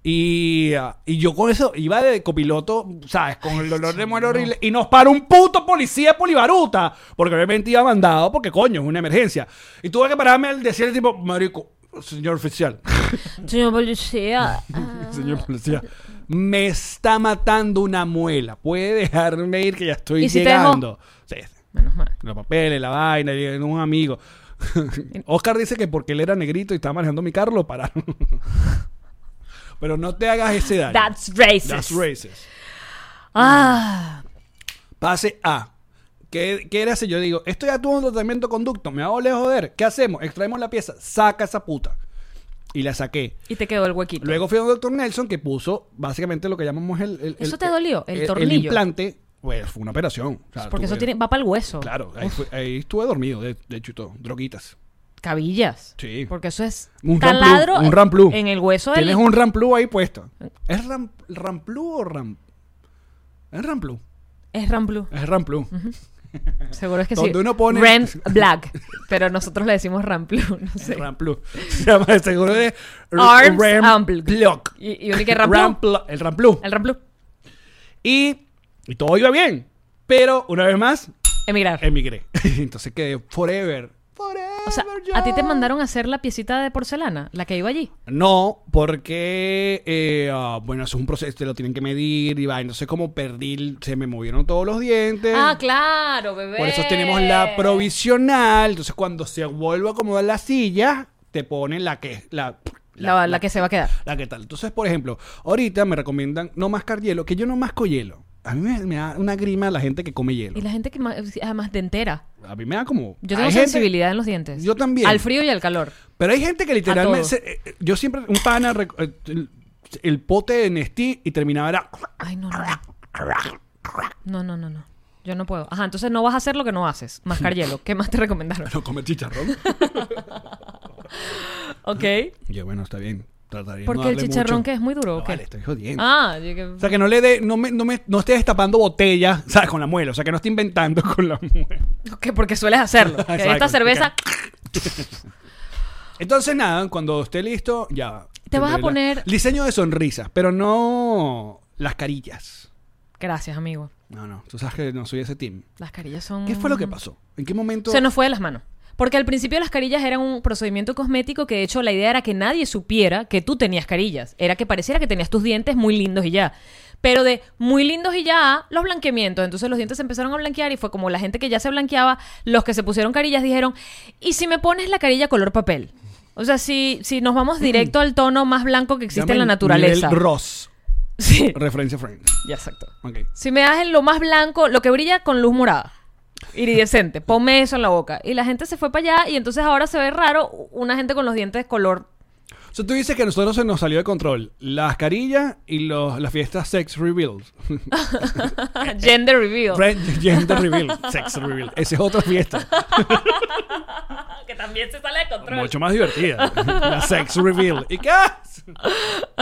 Speaker 1: Y, ah, y yo con eso iba de copiloto, ¿sabes? Con el dolor de muerte horrible. Y nos para un puto policía de polibaruta. Porque obviamente iba mandado, porque coño, es una emergencia. Y tuve que pararme al decir el tipo, marico, señor oficial.
Speaker 2: Señor policía.
Speaker 1: Señor policía, me está matando una muela. Puede dejarme ir que ya estoy
Speaker 2: ¿Y si te
Speaker 1: llegando. Sí, sí.
Speaker 2: Menos mal.
Speaker 1: los papeles, la vaina, y un amigo. Oscar dice que porque él era negrito y estaba manejando mi carro, lo pararon. Pero no te hagas ese daño.
Speaker 2: That's racist.
Speaker 1: That's racist.
Speaker 2: Ah.
Speaker 1: Pase A. ¿Qué, ¿Qué era si yo digo, esto ya tuvo un tratamiento conducto, me hago de joder? ¿Qué hacemos? Extraemos la pieza, saca esa puta. Y la saqué.
Speaker 2: Y te quedó el huequito.
Speaker 1: Luego fui a un doctor Nelson que puso básicamente lo que llamamos el. el-
Speaker 2: ¿Eso
Speaker 1: el-
Speaker 2: te dolió? El
Speaker 1: El
Speaker 2: tornillo.
Speaker 1: implante, pues fue una operación. O sea,
Speaker 2: porque eso
Speaker 1: tuve-
Speaker 2: tiene, va para el hueso.
Speaker 1: Claro, ahí, fue- ahí estuve dormido, de, de hecho, y todo. Droguitas.
Speaker 2: Cabillas.
Speaker 1: Sí.
Speaker 2: Porque eso es
Speaker 1: Un
Speaker 2: taladro
Speaker 1: ramplu, un ramplu.
Speaker 2: en el hueso del...
Speaker 1: Tienes un ramplu ahí puesto. ¿Es ram, ramplu o ram? Es ramplu.
Speaker 2: Es Ramblu.
Speaker 1: Es ramplu.
Speaker 2: Seguro es que sí.
Speaker 1: Donde uno pone-
Speaker 2: Ram Black. Pero nosotros le decimos Ramplu. No
Speaker 1: Es
Speaker 2: sé.
Speaker 1: ramplu. Se llama de seguro de
Speaker 2: Arms
Speaker 1: ram-
Speaker 2: ample.
Speaker 1: block.
Speaker 2: Y, y uno que Ramplu.
Speaker 1: Ramplu- El ramplu.
Speaker 2: El Ramplu.
Speaker 1: Y, y todo iba bien. Pero, una vez más,
Speaker 2: Emigrar.
Speaker 1: emigré. Entonces quedé forever. Forever.
Speaker 2: o sea, ¿a ti te mandaron a hacer la piecita de porcelana? La que iba allí.
Speaker 1: No, porque, eh, ah, bueno, eso es un proceso, te lo tienen que medir y va. Entonces, como perdí, el- se me movieron todos los dientes.
Speaker 2: Ah, claro, bebé.
Speaker 1: Por eso tenemos la provisional. Entonces, cuando se vuelve a acomodar la silla, te ponen la que. La,
Speaker 2: La, la que se va a quedar.
Speaker 1: la que tal. Entonces, por ejemplo, ahorita me recomiendan no mascar hielo, que yo no masco hielo. A mí me, me da una grima la gente que come hielo.
Speaker 2: Y la gente que ma- además de entera.
Speaker 1: A mí me da como.
Speaker 2: Yo
Speaker 1: hay
Speaker 2: tengo
Speaker 1: gente-
Speaker 2: sensibilidad en los dientes.
Speaker 1: Yo también.
Speaker 2: Al frío y al calor.
Speaker 1: Pero hay gente que literalmente.
Speaker 2: todo.
Speaker 1: se- eh, eh, yo siempre. Un pana. rec- eh, El, el pote de Nestí y terminaba era.
Speaker 2: Ay, no, no. no. No, no, no, no. Yo no puedo. Ajá, entonces no vas a hacer lo que no haces. Mascar hielo. ¿Qué más te recomendaron?
Speaker 1: No comer chicharrón.
Speaker 2: Ok.
Speaker 1: Ya, bueno, está bien. Trataría de no
Speaker 2: Porque el
Speaker 1: darle
Speaker 2: chicharrón
Speaker 1: mucho.
Speaker 2: que es muy duro. ¿o
Speaker 1: No,
Speaker 2: qué?
Speaker 1: vale, estoy jodiendo.
Speaker 2: Ah, yo que-
Speaker 1: O sea, que no le dé, no, me, no, me, no esté destapando botella, ¿sabes? Con la muela. O sea, que no esté inventando con la muela.
Speaker 2: que porque sueles hacerlo. Que
Speaker 1: Exacto,
Speaker 2: esta cerveza
Speaker 1: Entonces, nada, cuando esté listo, ya.
Speaker 2: Te vas
Speaker 1: tendré
Speaker 2: a
Speaker 1: la-
Speaker 2: poner-
Speaker 1: Diseño de sonrisas, pero no las carillas.
Speaker 2: Gracias, amigo.
Speaker 1: No, no. Tú sabes que no soy ese team.
Speaker 2: Las carillas son
Speaker 1: ¿Qué fue lo que pasó? ¿En qué momento?
Speaker 2: Mm. Se nos fue de las manos. Porque al principio las carillas eran un procedimiento cosmético que de hecho la idea era que nadie supiera que tú tenías carillas. Era que pareciera que tenías tus dientes muy lindos y ya. Pero de muy lindos y ya, a los blanqueamientos. Entonces los dientes se empezaron a blanquear y fue como la gente que ya se blanqueaba, los que se pusieron carillas dijeron, ¿y si me pones la carilla color papel? O sea, si, si nos vamos directo al tono más blanco que existe en la
Speaker 1: Llaman
Speaker 2: naturaleza.
Speaker 1: nivel Ross.
Speaker 2: Sí,
Speaker 1: Referencia Frank.
Speaker 2: ya exacto.
Speaker 1: Ok.
Speaker 2: Si me das en lo más blanco, lo que brilla con luz morada, iridescente, ponme eso en la boca. Y la gente se fue para allá y entonces ahora se ve raro una gente con los dientes de color.
Speaker 1: O sea, tú dices que a nosotros se nos salió de control las carillas y los, las fiestas sex reveals.
Speaker 2: Gender reveal.
Speaker 1: Friend- Gender reveal. Sex reveal. Esa es otra fiesta. Ah,
Speaker 2: que también se sale de control.
Speaker 1: Mucho más divertida. La sex reveal. ¿Y qué?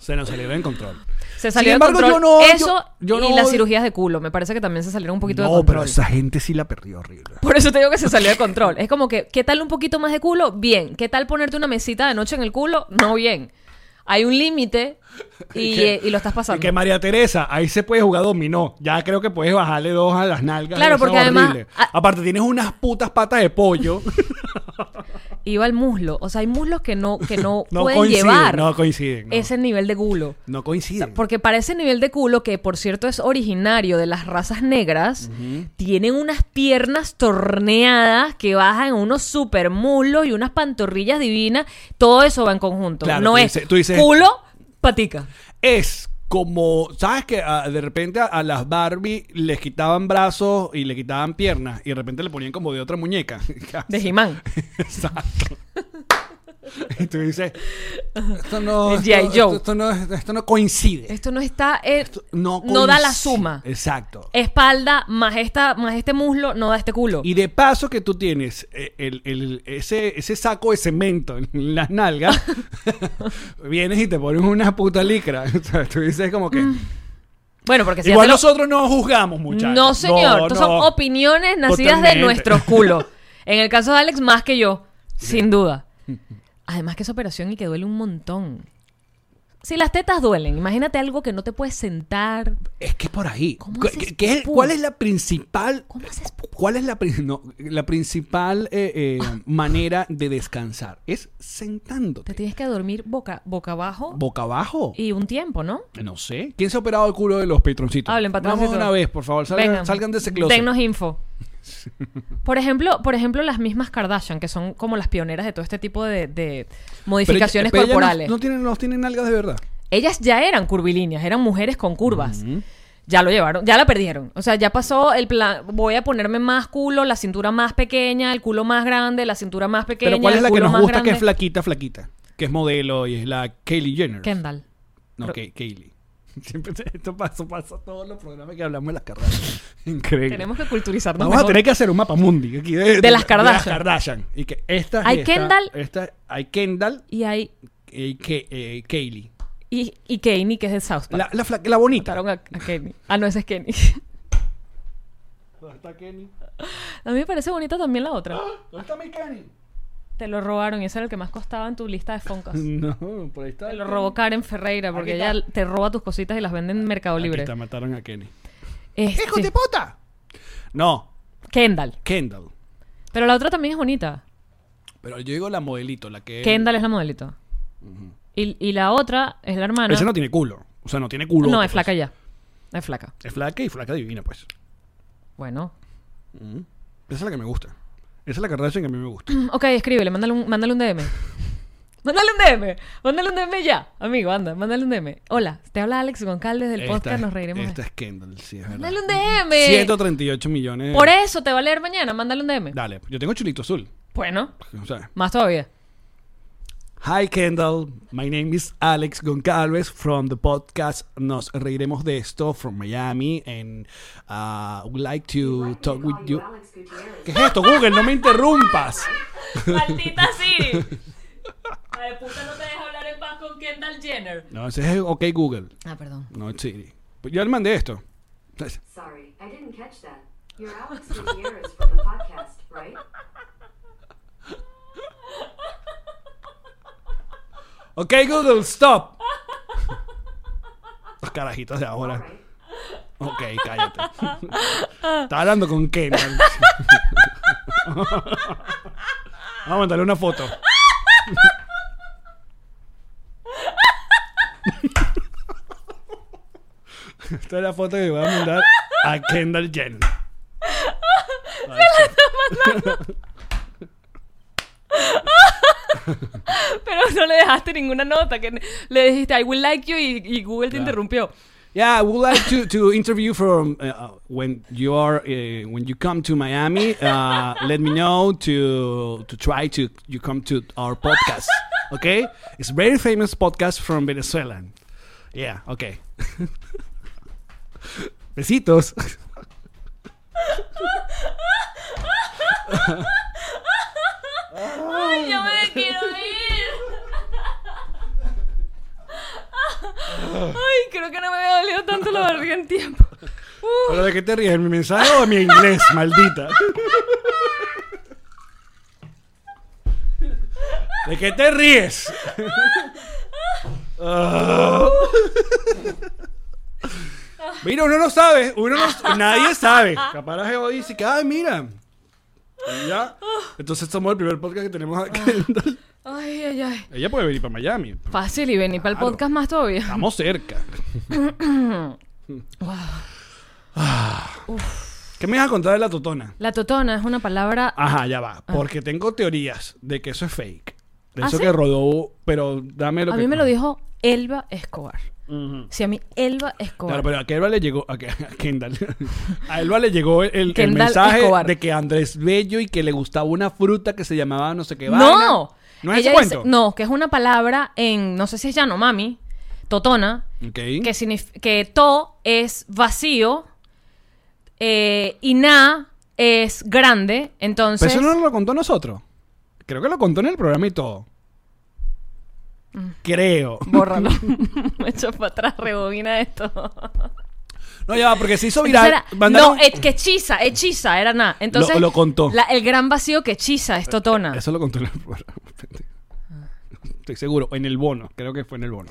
Speaker 1: Se nos salió de control.
Speaker 2: Se salió
Speaker 1: Sin
Speaker 2: de
Speaker 1: embargo,
Speaker 2: control.
Speaker 1: yo no-
Speaker 2: eso
Speaker 1: yo- yo
Speaker 2: y
Speaker 1: no-
Speaker 2: las cirugías de culo. Me parece que también se salieron un poquito de
Speaker 1: No,
Speaker 2: control.
Speaker 1: pero esa gente sí la perdió horrible.
Speaker 2: Por eso te digo que se salió de control. Es como que, ¿qué tal un poquito más de culo? Bien. ¿Qué tal ponerte una mesita de noche en el culo? No bien. Hay un límite y,
Speaker 1: que-
Speaker 2: eh, y lo estás pasando.
Speaker 1: Y que María Teresa, ahí se puede jugar dominó. Ya creo que puedes bajarle dos a las nalgas.
Speaker 2: Claro,
Speaker 1: Eso
Speaker 2: porque
Speaker 1: es
Speaker 2: además-
Speaker 1: horrible.
Speaker 2: a-
Speaker 1: Aparte, tienes unas putas patas de pollo.
Speaker 2: iba al muslo. O sea, hay muslos que no, que no,
Speaker 1: No
Speaker 2: pueden
Speaker 1: coinciden,
Speaker 2: llevar
Speaker 1: no coinciden, no.
Speaker 2: ese nivel de culo.
Speaker 1: No coinciden.
Speaker 2: Porque para ese nivel de culo, que por cierto es originario de las razas negras, tienen unas piernas torneadas que bajan unos super muslos y unas pantorrillas divinas. Todo eso va en conjunto.
Speaker 1: Claro,
Speaker 2: no
Speaker 1: tú
Speaker 2: es
Speaker 1: dices- tú dices-
Speaker 2: culo, patica.
Speaker 1: Es como, ¿sabes que De repente a, a las Barbie les quitaban brazos y le quitaban piernas y de repente le ponían como de otra muñeca.
Speaker 2: De He-Man.
Speaker 1: Exacto. y tú dices, esto no,
Speaker 2: El G.I.
Speaker 1: esto, esto-
Speaker 2: Joe.
Speaker 1: esto no, esto no coincide.
Speaker 2: Esto no está. eh,
Speaker 1: Esto
Speaker 2: no,
Speaker 1: coincide.
Speaker 2: da la suma.
Speaker 1: Exacto.
Speaker 2: Espalda más, esta, más este muslo no da este culo.
Speaker 1: Y de paso que tú tienes eh, el- el- ese, ese saco de cemento en las nalgas, vienes y te pones una puta licra. O sea, tú dices como que...
Speaker 2: bueno, porque si
Speaker 1: Igual
Speaker 2: ya te lo-
Speaker 1: nosotros no juzgamos, muchachos.
Speaker 2: No, señor. Estas
Speaker 1: no.
Speaker 2: Son opiniones nacidas
Speaker 1: Totalmente.
Speaker 2: de nuestro culo. En el caso de Alex, más que yo. Sin duda. Además que esa operación y que duele un montón. Si las tetas duelen, imagínate algo que no te puedes sentar.
Speaker 1: Es que por ahí.
Speaker 2: ¿Cómo
Speaker 1: ¿Qué-
Speaker 2: haces
Speaker 1: qué- qué es-
Speaker 2: pupú?
Speaker 1: ¿Cuál es la principal...
Speaker 2: ¿Cómo haces pupú?
Speaker 1: ¿Cuál es la, pri- no, la principal eh, eh, manera de descansar? Es
Speaker 2: Te
Speaker 1: sentándote.
Speaker 2: tienes que dormir boca, boca abajo
Speaker 1: Boca abajo.
Speaker 2: y un tiempo, ¿no?
Speaker 1: No sé. ¿Quién se ha operado el culo de los patroncitos?
Speaker 2: Hablen,
Speaker 1: Vamos
Speaker 2: patroncitos.
Speaker 1: de una vez, por favor. Salgan,
Speaker 2: Vengan,
Speaker 1: salgan de ese closet.
Speaker 2: Dennos info. Por ejemplo, por ejemplo, las mismas Kardashian, que son como las pioneras de todo este tipo de, de
Speaker 1: Pero ella-
Speaker 2: modificaciones
Speaker 1: pero ella no-
Speaker 2: corporales.
Speaker 1: No, tienen, no tienen nalgas de verdad.
Speaker 2: Ellas ya eran curvilíneas, eran mujeres con
Speaker 1: Mm.
Speaker 2: curvas. Ya lo llevaron, ya la perdieron. O sea, ya pasó el plan, voy a ponerme más culo, la cintura más pequeña, el culo más grande, la cintura más pequeña.
Speaker 1: Pero ¿cuál es
Speaker 2: el
Speaker 1: la que
Speaker 2: culo
Speaker 1: nos
Speaker 2: más
Speaker 1: gusta que
Speaker 2: grande?
Speaker 1: es flaquita, flaquita? Que es modelo y es la Kylie Jenner.
Speaker 2: Kendall.
Speaker 1: No, Ke- Kylie. Siempre te- esto pasa, pasa todos los programas que hablamos de las Kardashian. Increíble.
Speaker 2: Tenemos que culturizarnos.
Speaker 1: Vamos a
Speaker 2: mejor.
Speaker 1: tener que hacer un mapa mundi aquí de,
Speaker 2: De las Kardashian.
Speaker 1: Kardashian. Y que esta es
Speaker 2: Hay
Speaker 1: esta,
Speaker 2: Kendall.
Speaker 1: esta- hay Kendall
Speaker 2: Y hay
Speaker 1: y Ke- eh, Kylie.
Speaker 2: y, y Kenny, que es de South Park.
Speaker 1: La, la, fla- la bonita.
Speaker 2: Mataron a, a Kenny. Ah, no, ese es Kenny.
Speaker 1: ¿Dónde está Kenny?
Speaker 2: A mí me parece bonita también la otra.
Speaker 1: ¿Dónde está mi Kenny?
Speaker 2: Te lo robaron y ese era el que más costaba en tu lista de Foncas.
Speaker 1: Mm. No, por ahí está.
Speaker 2: Te
Speaker 1: el
Speaker 2: lo
Speaker 1: Kenny.
Speaker 2: robó Karen Ferreira porque
Speaker 1: Aquí está.
Speaker 2: ella te roba tus cositas y las vende en Mercado
Speaker 1: Aquí
Speaker 2: Libre.
Speaker 1: está, mataron a Kenny.
Speaker 2: Este,
Speaker 1: ¡Hijo de puta! No,
Speaker 2: Kendall.
Speaker 1: Kendall.
Speaker 2: Pero la otra también es bonita.
Speaker 1: Pero yo digo la modelito, la que.
Speaker 2: Kendall es la modelito. y, y la otra es la hermana.
Speaker 1: Esa no tiene culo. O sea, no tiene culo.
Speaker 2: No,
Speaker 1: pues.
Speaker 2: es flaca ya. Es flaca.
Speaker 1: Es flaca y flaca divina, pues.
Speaker 2: Bueno.
Speaker 1: Esa es la que me gusta. Esa es la Kardashian que a mí me gusta.
Speaker 2: Ok, escríbele, mándale un, mándale un DM. Mándale un DM, mándale un DM ya, amigo, anda, mándale un DM. Hola, te habla Alex Goncalves del
Speaker 1: Esta
Speaker 2: podcast,
Speaker 1: es-
Speaker 2: nos reiremos. de
Speaker 1: Esta
Speaker 2: esto.
Speaker 1: es Kendall, sí, es verdad.
Speaker 2: Mándale un DM.
Speaker 1: 138 millones.
Speaker 2: Por eso te va a leer mañana, mándale un DM.
Speaker 1: Dale, yo tengo chulito azul.
Speaker 2: Bueno,
Speaker 1: O sea,
Speaker 2: más todavía.
Speaker 1: Hi Kendall, my name is Alex Goncalves from the podcast Nos Reiremos de Esto from Miami and uh, would like to talk with you. ¿Qué es esto, Google? No me interrumpas.
Speaker 2: Maldita Siri. La de puta no te deja hablar en paz con Kendall Jenner.
Speaker 1: No, ese es OK Google,
Speaker 2: Ah, perdón.
Speaker 1: no es Siri. Pues Yo le mandé esto.
Speaker 4: Sorry, I didn't catch that. You're Alex Gutierrez from the podcast, right?
Speaker 1: OK Google, stop. Los carajitos de ahora.
Speaker 4: Right.
Speaker 1: Ok, cállate. Estaba hablando con Kendall. Vamos a mandarle una foto. Esta es la foto que voy a mandar a Kendall Jenner.
Speaker 2: Pero no le dejaste ninguna nota. Que le dijiste, I will like you y, y Google te interrumpió.
Speaker 1: Yeah, I would like to, to interview from uh, uh, when you are uh, when you come to Miami. Uh, let me know to to try to you come to our podcast. Okay, it's very famous podcast from Venezuela. Yeah. Okay. Besitos.
Speaker 2: ¡Ay, yo me quiero ir! Ay, creo que no me había dolido tanto la barriga en tiempo. Uh,
Speaker 1: ¿Pero de qué te ríes? ¿Mi mensaje o mi inglés, maldita? ¿De qué te ríes? Ah. Mira, uno no sabe, uno no, nadie sabe. Capaz Jehová dice que, ay, mira. Y ya. Entonces somos el primer podcast que tenemos aquí.
Speaker 2: ay, ay, ay.
Speaker 1: Ella puede venir para Miami.
Speaker 2: Fácil y venir para el
Speaker 1: Claro.
Speaker 2: podcast más todavía.
Speaker 1: Estamos cerca. Ah. ¿Qué me vas a contar de la totona?
Speaker 2: La totona es una palabra.
Speaker 1: Ajá, ya va. Porque tengo teorías de que eso es fake. De
Speaker 2: ¿Ah,
Speaker 1: eso
Speaker 2: sí?
Speaker 1: que rodó, pero dame lo
Speaker 2: A
Speaker 1: que. Ah,
Speaker 2: mí me lo dijo Elba Escobar.
Speaker 1: Ujú.
Speaker 2: Sí, a mí Elba Escobar.
Speaker 1: Claro, pero a Elba le llegó. A, que- a Kendall. A Elba le llegó el, el- el
Speaker 2: Kendall
Speaker 1: mensaje
Speaker 2: Escobar.
Speaker 1: de que Andrés Bello y que le gustaba una fruta que se llamaba no sé qué. vaina.
Speaker 2: No.
Speaker 1: ¿No es
Speaker 2: Ella
Speaker 1: ese
Speaker 2: dice-
Speaker 1: cuento?
Speaker 2: no, que es una palabra en, no sé si es Yanomami, Totona,
Speaker 1: Ok.
Speaker 2: que, signif- que to es vacío eh, y na es grande. Entonces,
Speaker 1: Pero eso no nos lo contó a nosotros. Creo que lo contó en el programa y todo.
Speaker 2: Mm.
Speaker 1: Creo.
Speaker 2: bórralo. Me echo para atrás, rebobina esto.
Speaker 1: No, ya va, porque se hizo
Speaker 2: Entonces
Speaker 1: viral.
Speaker 2: era-
Speaker 1: mandaron-
Speaker 2: no, eh, que hechiza, hechiza, era na. Entonces,
Speaker 1: Lo- lo contó.
Speaker 2: la- el gran vacío que hechiza es Totona.
Speaker 1: Eso lo contó en el programa.
Speaker 2: Ah.
Speaker 1: Estoy seguro. O en el bono. Creo que fue en el bono.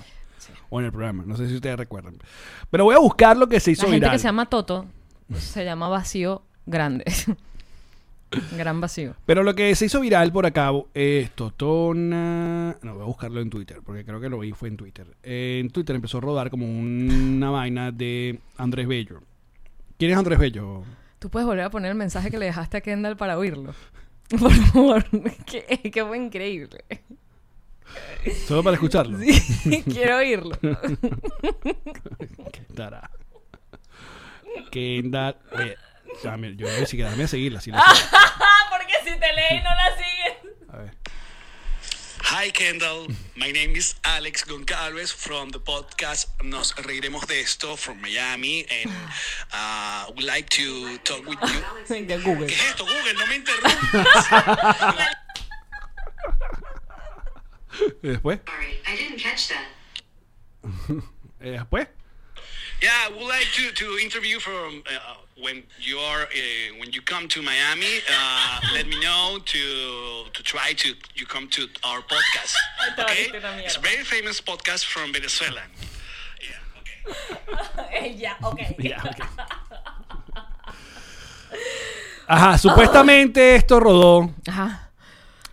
Speaker 1: O en el programa. No sé si ustedes recuerdan. Pero voy a buscar lo que se
Speaker 2: La
Speaker 1: hizo
Speaker 2: gente
Speaker 1: viral.
Speaker 2: que se llama Toto se llama vacío grande. gran vacío.
Speaker 1: Pero lo que se hizo viral por acá es Totona. No, voy a buscarlo en Twitter. Porque creo que lo vi fue en Twitter. Eh, en Twitter empezó a rodar como una vaina de Andrés Bello. ¿Quién es Andrés Bello?
Speaker 2: Tú puedes volver a poner el mensaje que le dejaste a Kendall para oírlo. Por favor, que, que fue increíble.
Speaker 1: Solo para escucharlo.
Speaker 2: Quiero oírlo.
Speaker 1: Tara. Kendall. Oye, dame, yo ni siquiera dame a seguirla. Si la
Speaker 2: Ah.
Speaker 1: sigo.
Speaker 2: Porque si te lees no la sigues.
Speaker 1: A ver.
Speaker 5: Hi Kendall, my name is Alex Goncalves from the podcast Nos Reiremos de Esto from Miami and uh, would like to talk with you.
Speaker 2: Venga, Google.
Speaker 5: ¿Qué es esto, Google? No me interrumpas.
Speaker 1: ¿Y después?
Speaker 4: Sorry, I didn't catch that.
Speaker 1: Eh, después.
Speaker 5: Yeah, I would like to, to interview from uh, when you are uh, when you come to Miami. Uh, let me know to to try to you come to our podcast.
Speaker 2: te
Speaker 5: Okay?
Speaker 2: valiste una mierda.
Speaker 5: It's a very famous podcast from Venezuela. Yeah, okay.
Speaker 2: ya, ok.
Speaker 1: Ya, ok. Ajá, supuestamente esto rodó
Speaker 2: Ajá.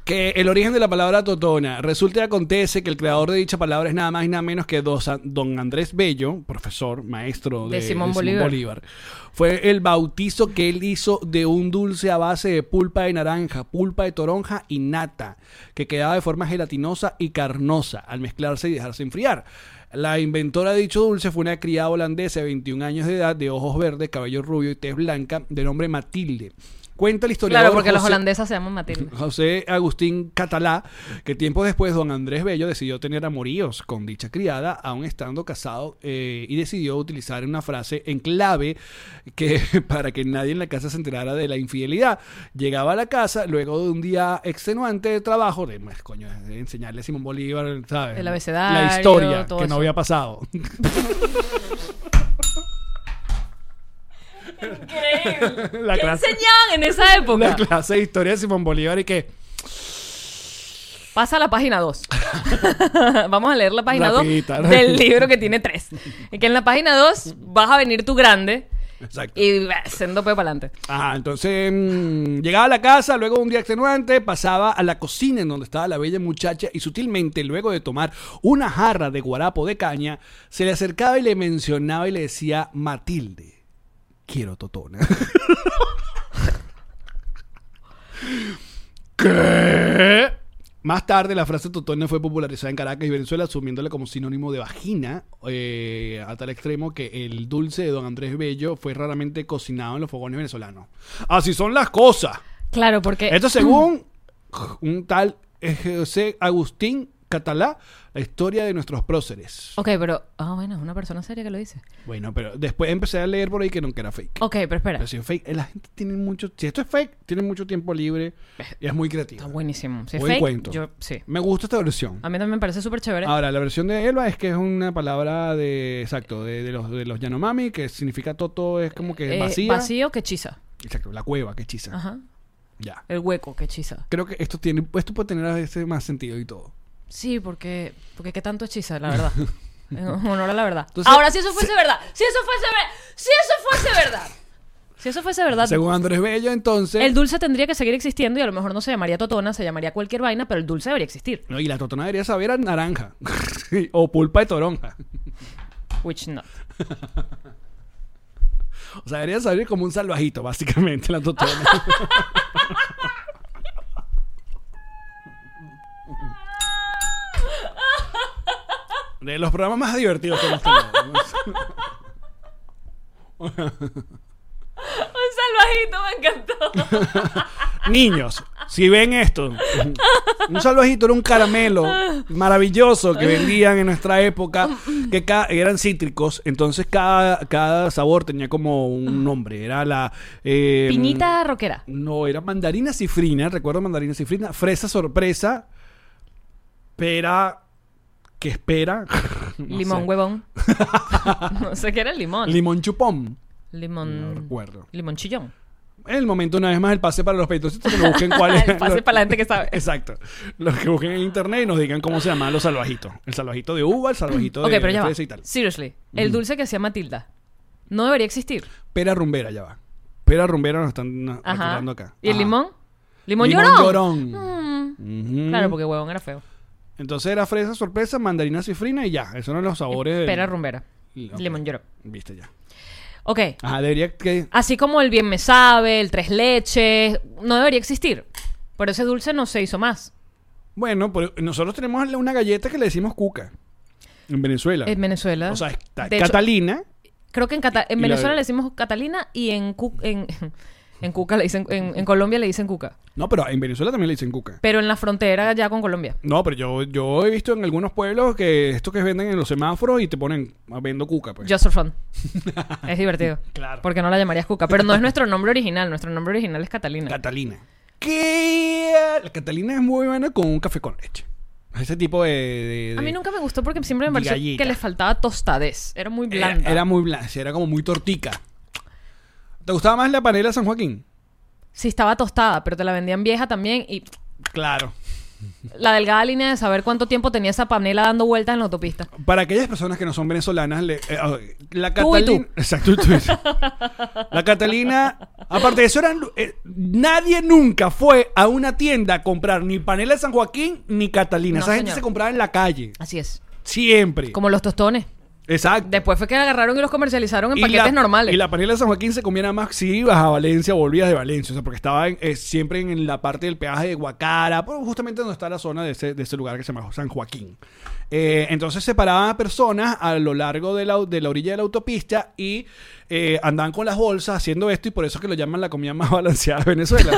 Speaker 1: que el origen de la palabra totona resulta y acontece que el creador de dicha palabra es nada más y nada menos que dos- don Andrés Bello, profesor, maestro de,
Speaker 2: De
Speaker 1: de
Speaker 2: Simón Bolívar.
Speaker 1: Fue el bautizo que él hizo de un dulce a base de pulpa de naranja, pulpa de toronja y nata, que quedaba de forma gelatinosa y carnosa al mezclarse y dejarse enfriar. La inventora de dicho dulce fue una criada holandesa de 21 años de edad, de ojos verdes, cabello rubio y tez blanca, de nombre Matilde. Cuenta la historia.
Speaker 2: Claro, porque los holandesas se llaman Matilda.
Speaker 1: José Agustín Catalá, que tiempo después don Andrés Bello decidió tener amoríos con dicha criada, aún estando casado, eh, y decidió utilizar una frase en clave que para que nadie en la casa se enterara de la infidelidad. Llegaba a la casa luego de un día extenuante de trabajo, de más coño, de enseñarle a Simón Bolívar, ¿sabes?
Speaker 2: El
Speaker 1: La
Speaker 2: abecedario,
Speaker 1: historia
Speaker 2: todo
Speaker 1: que no
Speaker 2: eso.
Speaker 1: había pasado.
Speaker 2: Increíble.
Speaker 1: La
Speaker 2: ¿Qué
Speaker 1: clase-
Speaker 2: enseñaban en esa época?
Speaker 1: La clase de historia de Simón Bolívar y que
Speaker 2: Pasa a la página 2. Vamos a leer la página 2
Speaker 1: Rapidita, ¿no?
Speaker 2: del libro que tiene 3. Y que en la página 2 vas a venir tú grande
Speaker 1: Exacto.
Speaker 2: y bah, siendo pe para adelante.
Speaker 1: Ah, entonces mm, llegaba a la casa, luego un día extenuante, pasaba a la cocina en donde estaba la bella muchacha y sutilmente, luego de tomar una jarra de guarapo de caña, se le acercaba y le mencionaba y le decía, Matilde, quiero totona. ¿Qué? Más tarde, la frase totona fue popularizada en Caracas y Venezuela, asumiéndola como sinónimo de vagina, eh, a tal extremo que el dulce de don Andrés Bello fue raramente cocinado en los fogones venezolanos. Así son las cosas.
Speaker 2: Claro, porque
Speaker 1: Esto según un tal eh, José Agustín Catalá, la historia de nuestros próceres.
Speaker 2: Ok, pero. Ah, bueno, es una persona seria que lo dice.
Speaker 1: Bueno, pero después empecé a leer por ahí que no que era fake.
Speaker 2: Ok, pero espera.
Speaker 1: Pero si es fake, eh, la gente tiene mucho. Si esto es fake, tiene mucho tiempo libre y es muy creativa.
Speaker 2: Está buenísimo. Si es
Speaker 1: Buen
Speaker 2: fake,
Speaker 1: cuento. Ah,
Speaker 2: yo sí.
Speaker 1: Me gusta esta versión.
Speaker 2: A mí también me parece súper chévere.
Speaker 1: Ahora, la versión de Elba es que es una palabra de. Exacto, de, de los, de los Yanomami, que significa toto, es como que
Speaker 2: Eh,
Speaker 1: vacía.
Speaker 2: Vacío que hechiza.
Speaker 1: Exacto, la cueva que hechiza.
Speaker 2: Ajá.
Speaker 1: Ya.
Speaker 2: El hueco que hechiza.
Speaker 1: Creo que esto tiene esto puede tener a veces más sentido y todo.
Speaker 2: Sí, porque. Porque qué tanto hechiza, la verdad. En honor a la verdad.
Speaker 1: Entonces-
Speaker 2: Ahora, si eso fuese verdad. Si eso fuese verdad. Si eso fuese verdad. Si eso fuese verdad.
Speaker 1: Según Andrés Bello, entonces.
Speaker 2: Ah, El dulce tendría que seguir existiendo y a lo mejor no se llamaría totona, se llamaría cualquier vaina, pero el dulce debería existir.
Speaker 1: No, y la totona debería saber a naranja. o pulpa de toronja.
Speaker 2: Which not.
Speaker 1: O sea, debería saber como un salvajito, básicamente, la totona. De los programas más divertidos que hemos tenido.
Speaker 2: Un salvajito, me encantó.
Speaker 1: Niños, si ven esto, un salvajito era un caramelo maravilloso que vendían en nuestra época, que ca- eran cítricos, entonces cada, cada sabor tenía como un nombre, era la... eh,
Speaker 2: Piñita roquera.
Speaker 1: No, era mandarina cifrina, recuerdo mandarina cifrina, fresa sorpresa, pera que espera, no
Speaker 2: limón
Speaker 1: sé,
Speaker 2: huevón. no sé qué era el limón.
Speaker 1: limón chupón, no
Speaker 2: limón.
Speaker 1: recuerdo.
Speaker 2: limón chillón.
Speaker 1: En el momento, una vez más, el pase para los patriotas, que lo busquen cuál es.
Speaker 2: El pase para la gente que sabe.
Speaker 1: Exacto. Los que busquen en internet y nos digan cómo se llaman los salvajitos. El salvajito de uva, el salvajito
Speaker 2: Ok,
Speaker 1: de
Speaker 2: pero ya va.
Speaker 1: fresa y tal.
Speaker 2: Seriously. El dulce que hacía Matilda. No debería existir.
Speaker 1: Pera rumbera, ya va. Pera rumbera nos están na-
Speaker 2: Ajá.
Speaker 1: recordando acá.
Speaker 2: ¿Y el
Speaker 1: Ajá.
Speaker 2: limón? ¿Limón, llorón? Mm.
Speaker 1: Ujú.
Speaker 2: Claro, porque huevón era feo.
Speaker 1: Entonces era fresa, sorpresa, mandarina cifrina y ya. Esos eran los sabores. del-
Speaker 2: Pera rumbera.
Speaker 1: Y- ok.
Speaker 2: Limón llorón.
Speaker 1: Viste ya.
Speaker 2: Ok.
Speaker 1: Ajá, debería que.
Speaker 2: Así como el bien me sabe, el tres leches, no debería existir. Pero ese dulce no se hizo más.
Speaker 1: Bueno, pues, nosotros tenemos la- una galleta que le decimos cuca. En Venezuela.
Speaker 2: En Venezuela.
Speaker 1: O sea, está
Speaker 2: De hecho,
Speaker 1: Catalina.
Speaker 2: creo que en, Cata- en
Speaker 1: y la-
Speaker 2: Venezuela le decimos Catalina y en, Cu- en, en Cuca le dicen, en, en Colombia le dicen Cuca.
Speaker 1: No, pero en Venezuela también le dicen cuca.
Speaker 2: Pero en la frontera ya con Colombia.
Speaker 1: No, pero yo, yo he visto en algunos pueblos que esto que venden en los semáforos y te ponen ah, vendo cuca, pues.
Speaker 2: Just for fun. es divertido.
Speaker 1: Claro.
Speaker 2: Porque no la llamarías Cuca. Pero no es nuestro nombre original. Nuestro nombre original es Catalina.
Speaker 1: Catalina. ¿Qué? La Catalina es muy buena con un café con leche. Ese tipo de. de-
Speaker 2: a mí
Speaker 1: de-
Speaker 2: nunca me gustó porque siempre me pareció
Speaker 1: Gallita.
Speaker 2: que le faltaba tostadez. Era muy
Speaker 1: Era,
Speaker 2: blanda.
Speaker 1: era muy blanca, era como muy tortica. ¿Te gustaba más la panela San Joaquín?
Speaker 2: Sí, estaba tostada, pero te la vendían vieja también y
Speaker 1: Claro.
Speaker 2: La delgada línea de saber cuánto tiempo tenía esa panela dando vueltas en la autopista.
Speaker 1: Para aquellas personas que no son venezolanas, le- eh, ah, la
Speaker 2: Tú y
Speaker 1: Catalina.
Speaker 2: tú.
Speaker 1: Exacto, tú y tú. La Catalina. Aparte de eso, eran, eh, nadie nunca fue a una tienda a comprar ni panela de San Joaquín ni Catalina.
Speaker 2: No,
Speaker 1: Esa gente
Speaker 2: señor.
Speaker 1: se compraba en la calle.
Speaker 2: Así es.
Speaker 1: Siempre.
Speaker 2: Como los tostones.
Speaker 1: Exacto.
Speaker 2: Después fue que agarraron y los comercializaron en
Speaker 1: Y
Speaker 2: paquetes
Speaker 1: la-
Speaker 2: normales.
Speaker 1: Y la panela de San Joaquín se comía nada más si ibas a Valencia, volvías de Valencia. O sea, porque estaba en- eh, siempre en, en la parte del peaje de Guacara, por- justamente donde está la zona de ese, de ese lugar que se llama San Joaquín. Eh, entonces separaban a personas a lo largo de la, de la orilla de la autopista y eh, andaban con las bolsas haciendo esto y por eso es que lo llaman la comida más balanceada de Venezuela.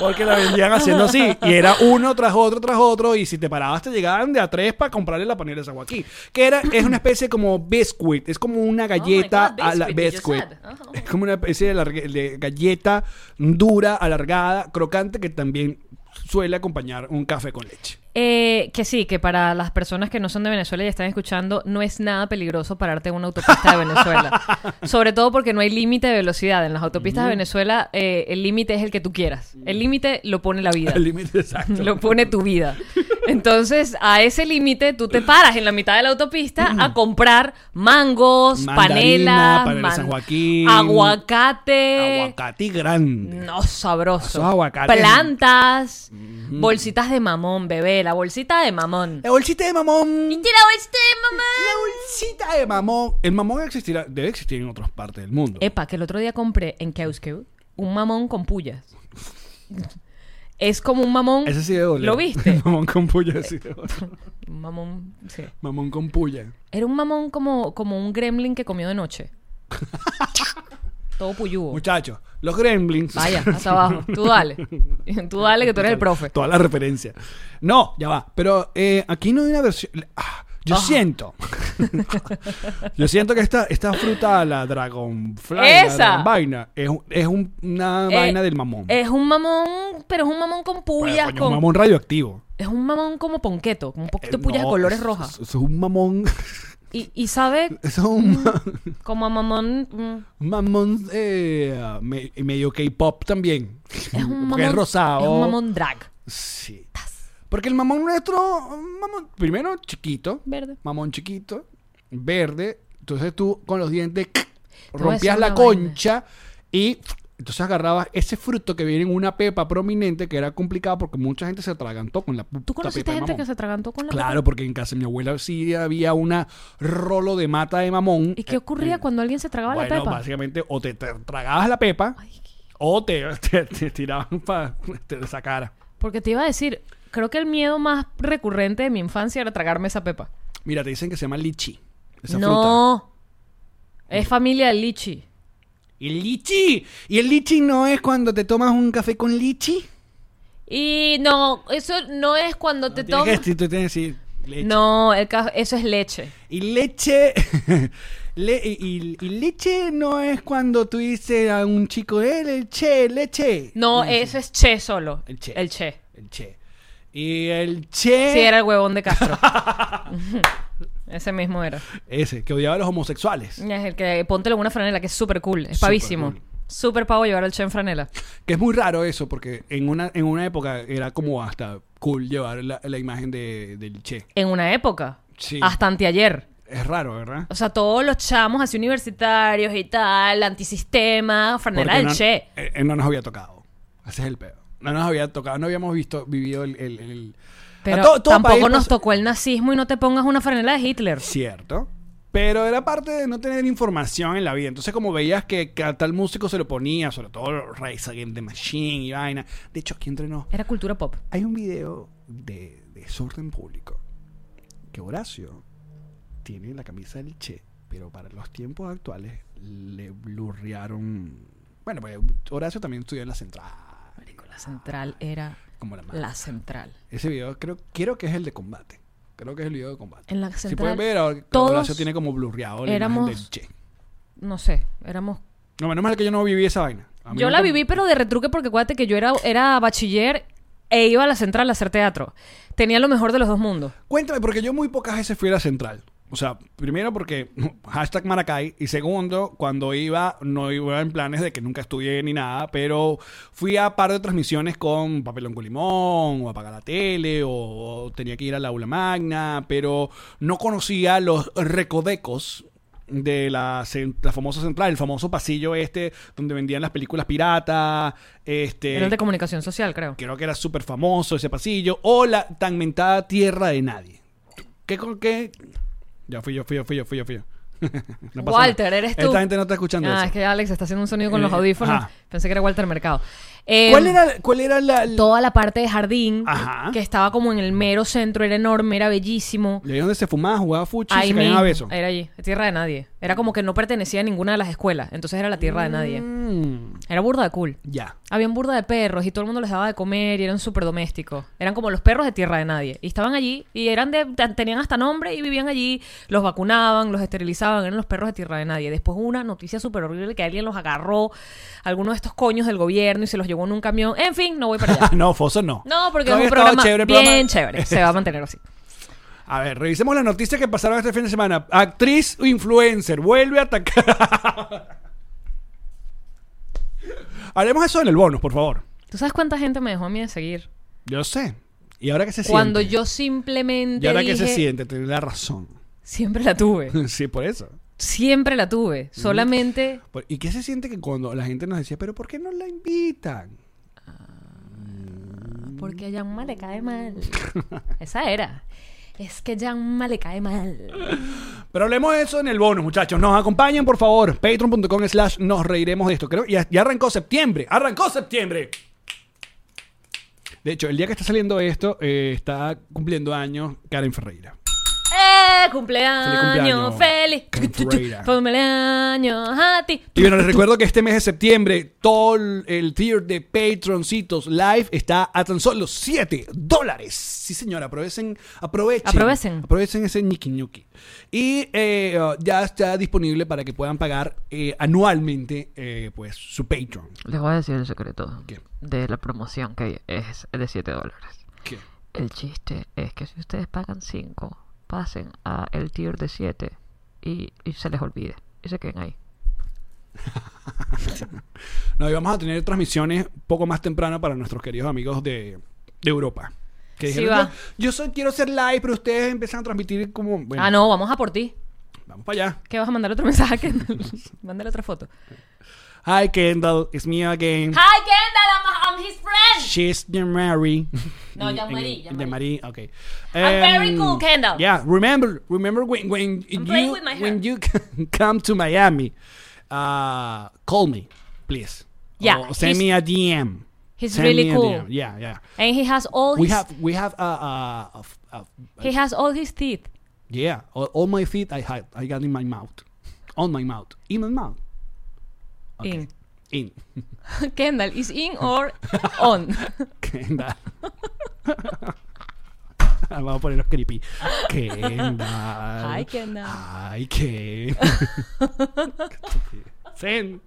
Speaker 1: Porque la vendían haciendo así. Y era uno tras otro, tras otro. Y si te parabas, te llegaban de a tres para comprarle la panela de San Joaquín. Que era, es una especie como biscuit. Es como una galleta
Speaker 2: Oh God,
Speaker 1: a la
Speaker 2: biscuit, you
Speaker 1: biscuit.
Speaker 2: just said. Oh.
Speaker 1: Es como una especie de, largue- de galleta dura, alargada, crocante, que también suele acompañar un café con leche.
Speaker 2: Eh, que sí, que para las personas que no son de Venezuela y están escuchando, no es nada peligroso pararte en una autopista de Venezuela. Sobre todo porque no hay límite de velocidad. En las autopistas de Venezuela, eh, el límite es el que tú quieras. El límite lo pone la vida.
Speaker 1: El límite exacto.
Speaker 2: Lo pone tu vida. Entonces, a ese límite, tú te paras en la mitad de la autopista a comprar mangos,
Speaker 1: Mandarina,
Speaker 2: panelas,
Speaker 1: panela de San Joaquín,
Speaker 2: aguacate,
Speaker 1: Aguacate grande.
Speaker 2: no, sabroso.
Speaker 1: Esos aguacates.
Speaker 2: Plantas, bolsitas de mamón, bebé, la bolsita de mamón.
Speaker 1: La bolsita de mamón.
Speaker 2: ¡Viste la bolsita de
Speaker 1: La
Speaker 2: mamón!
Speaker 1: bolsita de mamón. El mamón existirá, debe existir en otras partes del mundo.
Speaker 2: Epa, que el otro día compré en Cusco un mamón con pullas. Es como un mamón.
Speaker 1: Ese sí de doler.
Speaker 2: ¿Lo viste?
Speaker 1: mamón con puya, sí de doler.
Speaker 2: Un mamón, sí.
Speaker 1: Mamón con puya.
Speaker 2: Era un mamón como, como un gremlin que comió de noche. Todo puyúo.
Speaker 1: Muchachos, los gremlins.
Speaker 2: Oh. Vaya, hasta abajo. Tú dale. Tú dale que tú eres el profe.
Speaker 1: Toda la referencia. No, ya va. Pero eh, aquí no hay una versión. ah, yo
Speaker 2: Ajá.
Speaker 1: siento. yo siento que esta, esta fruta, la dragonfly,
Speaker 2: Esa.
Speaker 1: la dragon vaina, es, un- es un- una
Speaker 2: Eh,
Speaker 1: vaina del mamón.
Speaker 2: Es un mamón, pero es un mamón con
Speaker 1: Pero,
Speaker 2: puyas,
Speaker 1: coño,
Speaker 2: con
Speaker 1: Un mamón radioactivo.
Speaker 2: Es un mamón como ponqueto, con un poquito de
Speaker 1: Eh,
Speaker 2: puyas
Speaker 1: no,
Speaker 2: de colores
Speaker 1: es-
Speaker 2: rojas.
Speaker 1: es- es un mamón.
Speaker 2: Y, y sabe
Speaker 1: Eso es un, ma-
Speaker 2: como a mamón. mm,
Speaker 1: un mamón eh, me- medio K-pop también.
Speaker 2: Es un mamón.
Speaker 1: Porque es rosado.
Speaker 2: Es un mamón drag.
Speaker 1: Sí. Porque el mamón nuestro, un mamón, primero chiquito,
Speaker 2: Verde.
Speaker 1: mamón chiquito, verde. Entonces tú con los dientes
Speaker 2: voy a
Speaker 1: rompías
Speaker 2: decir
Speaker 1: la
Speaker 2: una
Speaker 1: concha y entonces agarrabas ese fruto que viene en una pepa prominente que era complicado porque mucha gente se atragantó con la puta
Speaker 2: ¿Tú conociste
Speaker 1: pepa de
Speaker 2: gente que
Speaker 1: mamón.
Speaker 2: se atragantó con la
Speaker 1: Claro, porque en casa de mi abuela sí había una rolo de mata de mamón.
Speaker 2: ¿Y qué ocurría cuando alguien se tragaba
Speaker 1: Eh, bueno,
Speaker 2: la pepa?
Speaker 1: básicamente o te, te tragabas la pepa o te, te- te tiraban para esa cara.
Speaker 2: Porque te iba a decir, creo que el miedo más recurrente de mi infancia era tragarme esa pepa.
Speaker 1: Mira, te dicen que se llama lichi. Esa fruta.
Speaker 2: no. Es familia del lichi.
Speaker 1: ¡El lichi! ¿Y el lichi no es cuando te tomas un café con lichi?
Speaker 2: Y no, eso no es cuando te
Speaker 1: Tienes que
Speaker 2: tomas.
Speaker 1: decir- tú tienes que decir leche.
Speaker 2: No, el ca- eso es leche.
Speaker 1: Y leche. le- y, y- y leche no es cuando tú dices a un chico, eh, leche, leche.
Speaker 2: No, eso es che solo.
Speaker 1: El che.
Speaker 2: El che.
Speaker 1: El che. Y el che.
Speaker 2: Sí, era el huevón de Castro. Ujú. Ese mismo era.
Speaker 1: Ese, que odiaba a los homosexuales.
Speaker 2: Es el que póntelo en una franela, que es súper cool. Es
Speaker 1: Súper
Speaker 2: pavísimo.
Speaker 1: cool.
Speaker 2: Súper pavo llevar al che en franela.
Speaker 1: Que es muy raro eso, porque en una, en una época era como hasta cool llevar la, la imagen de, del che.
Speaker 2: En una época.
Speaker 1: Sí.
Speaker 2: Hasta anteayer.
Speaker 1: Es raro, ¿verdad?
Speaker 2: O sea, todos los chamos así universitarios y tal, antisistema, franela
Speaker 1: Porque
Speaker 2: del
Speaker 1: no,
Speaker 2: che.
Speaker 1: eh, eh, no nos había tocado. Ese es el pedo. No nos había tocado, no habíamos visto, vivido el. el- el-
Speaker 2: Pero
Speaker 1: A todo- todo
Speaker 2: tampoco
Speaker 1: país
Speaker 2: nos
Speaker 1: pasa-
Speaker 2: tocó el nazismo y no te pongas una franela de Hitler.
Speaker 1: Cierto. Pero era parte de no tener información en la vida. Entonces, como veías que, que a tal músico se lo ponía, sobre todo Rise Against the Machine y vaina. De hecho, aquí entre nos,
Speaker 2: Era cultura pop.
Speaker 1: hay un video de desorden público que Horacio tiene la camisa del Che, pero para los tiempos actuales le blurrearon. Bueno, pues Horacio también estudió en la central.
Speaker 2: La central era
Speaker 1: Como la madre.
Speaker 2: la central.
Speaker 1: Ese video creo, quiero que es el de combate. Creo que es el video de combate.
Speaker 2: En la
Speaker 1: si
Speaker 2: central,
Speaker 1: pueden ver, ahora
Speaker 2: todos
Speaker 1: Horacio tiene como blurreado la imagen
Speaker 2: éramos-
Speaker 1: del Che.
Speaker 2: No sé, éramos
Speaker 1: No, menos mal que yo no viví esa vaina. A mí
Speaker 2: Yo
Speaker 1: me
Speaker 2: la
Speaker 1: tocó-
Speaker 2: viví, pero de retruque, porque acuérdate que yo era, era bachiller e iba a la central a hacer teatro. Tenía lo mejor de los dos mundos.
Speaker 1: Cuéntame, porque yo muy pocas veces fui a la central. O sea, primero porque hashtag Maracay y segundo, cuando iba, no iba en planes de que nunca estudié ni nada, pero fui a par de transmisiones con papelón con limón o apagar la tele o, o tenía que ir al aula magna, pero no conocía los recodecos de la, cen- la famosa central, el famoso pasillo este donde vendían las películas piratas, este...
Speaker 2: Era el de comunicación social, creo.
Speaker 1: creo que era súper famoso ese pasillo, o la tan mentada tierra de nadie. ¿Qué, con- qué, Ya fui yo, fui yo, fui yo, fui yo, fui yo. No pasa
Speaker 2: Walter,
Speaker 1: nada.
Speaker 2: eres tú.
Speaker 1: Esta gente no está escuchando
Speaker 2: Ah,
Speaker 1: eso.
Speaker 2: es que Alex está haciendo un sonido con
Speaker 1: Eh,
Speaker 2: los audífonos.
Speaker 1: ajá.
Speaker 2: Pensé que era Walter Mercado. Eh,
Speaker 1: ¿Cuál era, cuál era la...? la-
Speaker 2: Toda la parte de jardín,
Speaker 1: Ajá.
Speaker 2: que estaba como en el mero centro, era enorme, era bellísimo.
Speaker 1: Y ahí donde se fumaba, jugaba fuchi y
Speaker 2: Ahí
Speaker 1: se caían a
Speaker 2: mismo,
Speaker 1: besos.
Speaker 2: Era allí, tierra de nadie. Era como que no pertenecía a ninguna de las escuelas, entonces era la tierra de nadie.
Speaker 1: Mm,
Speaker 2: Era burda de cool.
Speaker 1: ya.
Speaker 2: Habían burda de perros y todo el mundo les daba de comer y eran súper domésticos. Eran como los perros de tierra de nadie. Y estaban allí y eran de, t- tenían hasta nombre y vivían allí. Los vacunaban, los esterilizaban, eran los perros de tierra de nadie. Después hubo una noticia súper horrible que alguien los agarró, algunos de estos coños del gobierno y se los llevó en un camión. En fin, no voy para allá.
Speaker 1: Ah, no, Foso no.
Speaker 2: No, porque
Speaker 1: Todavía
Speaker 2: es un
Speaker 1: estaba
Speaker 2: programa
Speaker 1: chévere el
Speaker 2: bien
Speaker 1: programa.
Speaker 2: chévere. Se va a mantener así.
Speaker 1: A ver, revisemos las noticias que pasaron este fin de semana. Actriz influencer vuelve a atacar. Haremos eso en el bonus, por favor.
Speaker 2: ¿Tú sabes cuánta gente me dejó a mí de seguir?
Speaker 1: Yo sé. ¿Y ahora qué se
Speaker 2: Cuando
Speaker 1: siente?
Speaker 2: yo simplemente
Speaker 1: ¿Y ahora
Speaker 2: dije,
Speaker 1: qué se siente? Tener la razón.
Speaker 2: siempre la tuve.
Speaker 1: sí, por eso.
Speaker 2: Siempre la tuve. Solamente
Speaker 1: Por- ¿Y qué se siente que cuando la gente nos decía, pero ¿por qué no la invitan?
Speaker 2: Porque a Yanma le cae mal. Esa era. Es que Yanma le cae mal.
Speaker 1: Pero hablemos de eso en el bonus, muchachos. Nos acompañan, por favor. Patreon.com slash nos reiremos de esto. Creo ya, ya arrancó septiembre. Arrancó septiembre. De hecho, el día que está saliendo esto, eh, está cumpliendo años Karen Ferreira.
Speaker 2: ¡Eh! ¡Cumpleaños!
Speaker 1: Feliz
Speaker 2: ¡Feliz!
Speaker 1: cumpleaños, Freira.
Speaker 2: ¡Cumpleaños a ti!
Speaker 1: Y bueno, les recuerdo que este mes de septiembre todo el- el tier de Patroncitos Live está a tan solo 7 dólares. Sí, señora, aprovechen. Aprovechen.
Speaker 2: Aprovechen.
Speaker 1: Aprovechen ese ñiqui ñoqui. Y eh, uh, ya está disponible para que puedan pagar eh, anualmente eh, pues, su Patreon.
Speaker 6: Les voy a decir el secreto
Speaker 1: ¿Qué?
Speaker 6: de la promoción que es de 7 dólares.
Speaker 1: ¿Qué?
Speaker 6: El chiste es que si ustedes pagan 5, pasen a el tier de 7 y, y se les olvide. Y se queden ahí.
Speaker 1: No, y vamos a tener transmisiones un poco más temprano para nuestros queridos amigos de, de Europa. Que
Speaker 2: Sí,
Speaker 1: dijeron,
Speaker 2: va.
Speaker 1: Yo, yo soy- quiero ser live, pero ustedes empiezan a transmitir como. Bueno,
Speaker 2: Ah, no, vamos a por ti.
Speaker 1: Vamos para allá.
Speaker 2: ¿Qué vas a mandar otro mensaje? Kendall? Mándale otra foto.
Speaker 1: Hi, Kendall. It's me again.
Speaker 2: ¡Hi, Kendall! I'm, I'm his friend!
Speaker 1: She's the Mary.
Speaker 2: No,
Speaker 1: In-
Speaker 2: Oh, Jean-Marie,
Speaker 1: in- Jean-Marie,
Speaker 2: Jean-Marie.
Speaker 1: okay.
Speaker 2: I'm very
Speaker 1: Um,
Speaker 2: cool, Kendall.
Speaker 1: Yeah, remember, remember when when
Speaker 2: playing
Speaker 1: you
Speaker 2: with my hair.
Speaker 1: when you come to Miami, uh, call me, please.
Speaker 2: Yeah,
Speaker 1: Or send
Speaker 2: he's-
Speaker 1: me a DM.
Speaker 2: he's
Speaker 1: Send
Speaker 2: really
Speaker 1: me a
Speaker 2: cool.
Speaker 1: DM. Yeah, yeah.
Speaker 2: And he has all
Speaker 1: We
Speaker 2: his...
Speaker 1: have we have uh, uh, uh, f- uh
Speaker 2: He has all his teeth.
Speaker 1: yeah, all, all my feet I had I got in my mouth, on my mouth, in my mouth,
Speaker 2: In.
Speaker 1: in.
Speaker 2: Kendall, is in or on?
Speaker 1: Kendall. Vamos a ponernos creepy. Kendall.
Speaker 2: Hi, Kendall.
Speaker 1: Ay, qué. Zen.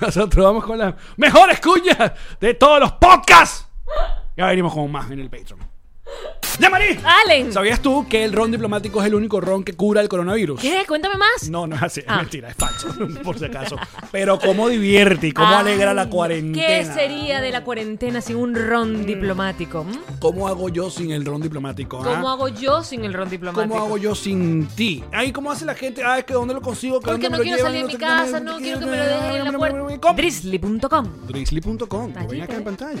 Speaker 1: Nosotros vamos con las mejores cuñas de todos los podcasts. Ya venimos con más en el Patreon. ¡Yamarí!
Speaker 2: ¡Allen!
Speaker 1: ¿Sabías tú que el ron diplomático es el único ron que cura el coronavirus?
Speaker 2: ¿Qué? Cuéntame más.
Speaker 1: No, no es así, es
Speaker 2: Ah.
Speaker 1: mentira, es falso, por si acaso. Pero cómo divierte y cómo alegra la
Speaker 2: Ay,
Speaker 1: cuarentena. Mm.
Speaker 2: Ah. ¿Qué sería de la cuarentena sin un ron diplomático? ¿m?
Speaker 1: ¿Cómo hago yo sin el ron diplomático? ah?
Speaker 2: ¿Cómo hago yo sin el ron diplomático?
Speaker 1: ¿Cómo hago yo sin ti? Ahí, ¿cómo hace la gente? Ah, es que ¿dónde lo consigo? ¿Que
Speaker 2: Porque
Speaker 1: dónde me lo
Speaker 2: no quiero
Speaker 1: llevan?
Speaker 2: salir de mi
Speaker 1: sé qué,
Speaker 2: casa, no quiero que me lo dejen en la puerta.
Speaker 1: Com.
Speaker 2: Drizzly.com
Speaker 1: Drizzly.com. que
Speaker 2: Allí
Speaker 1: Ven
Speaker 2: te
Speaker 1: acá en
Speaker 2: ves.
Speaker 1: pantalla.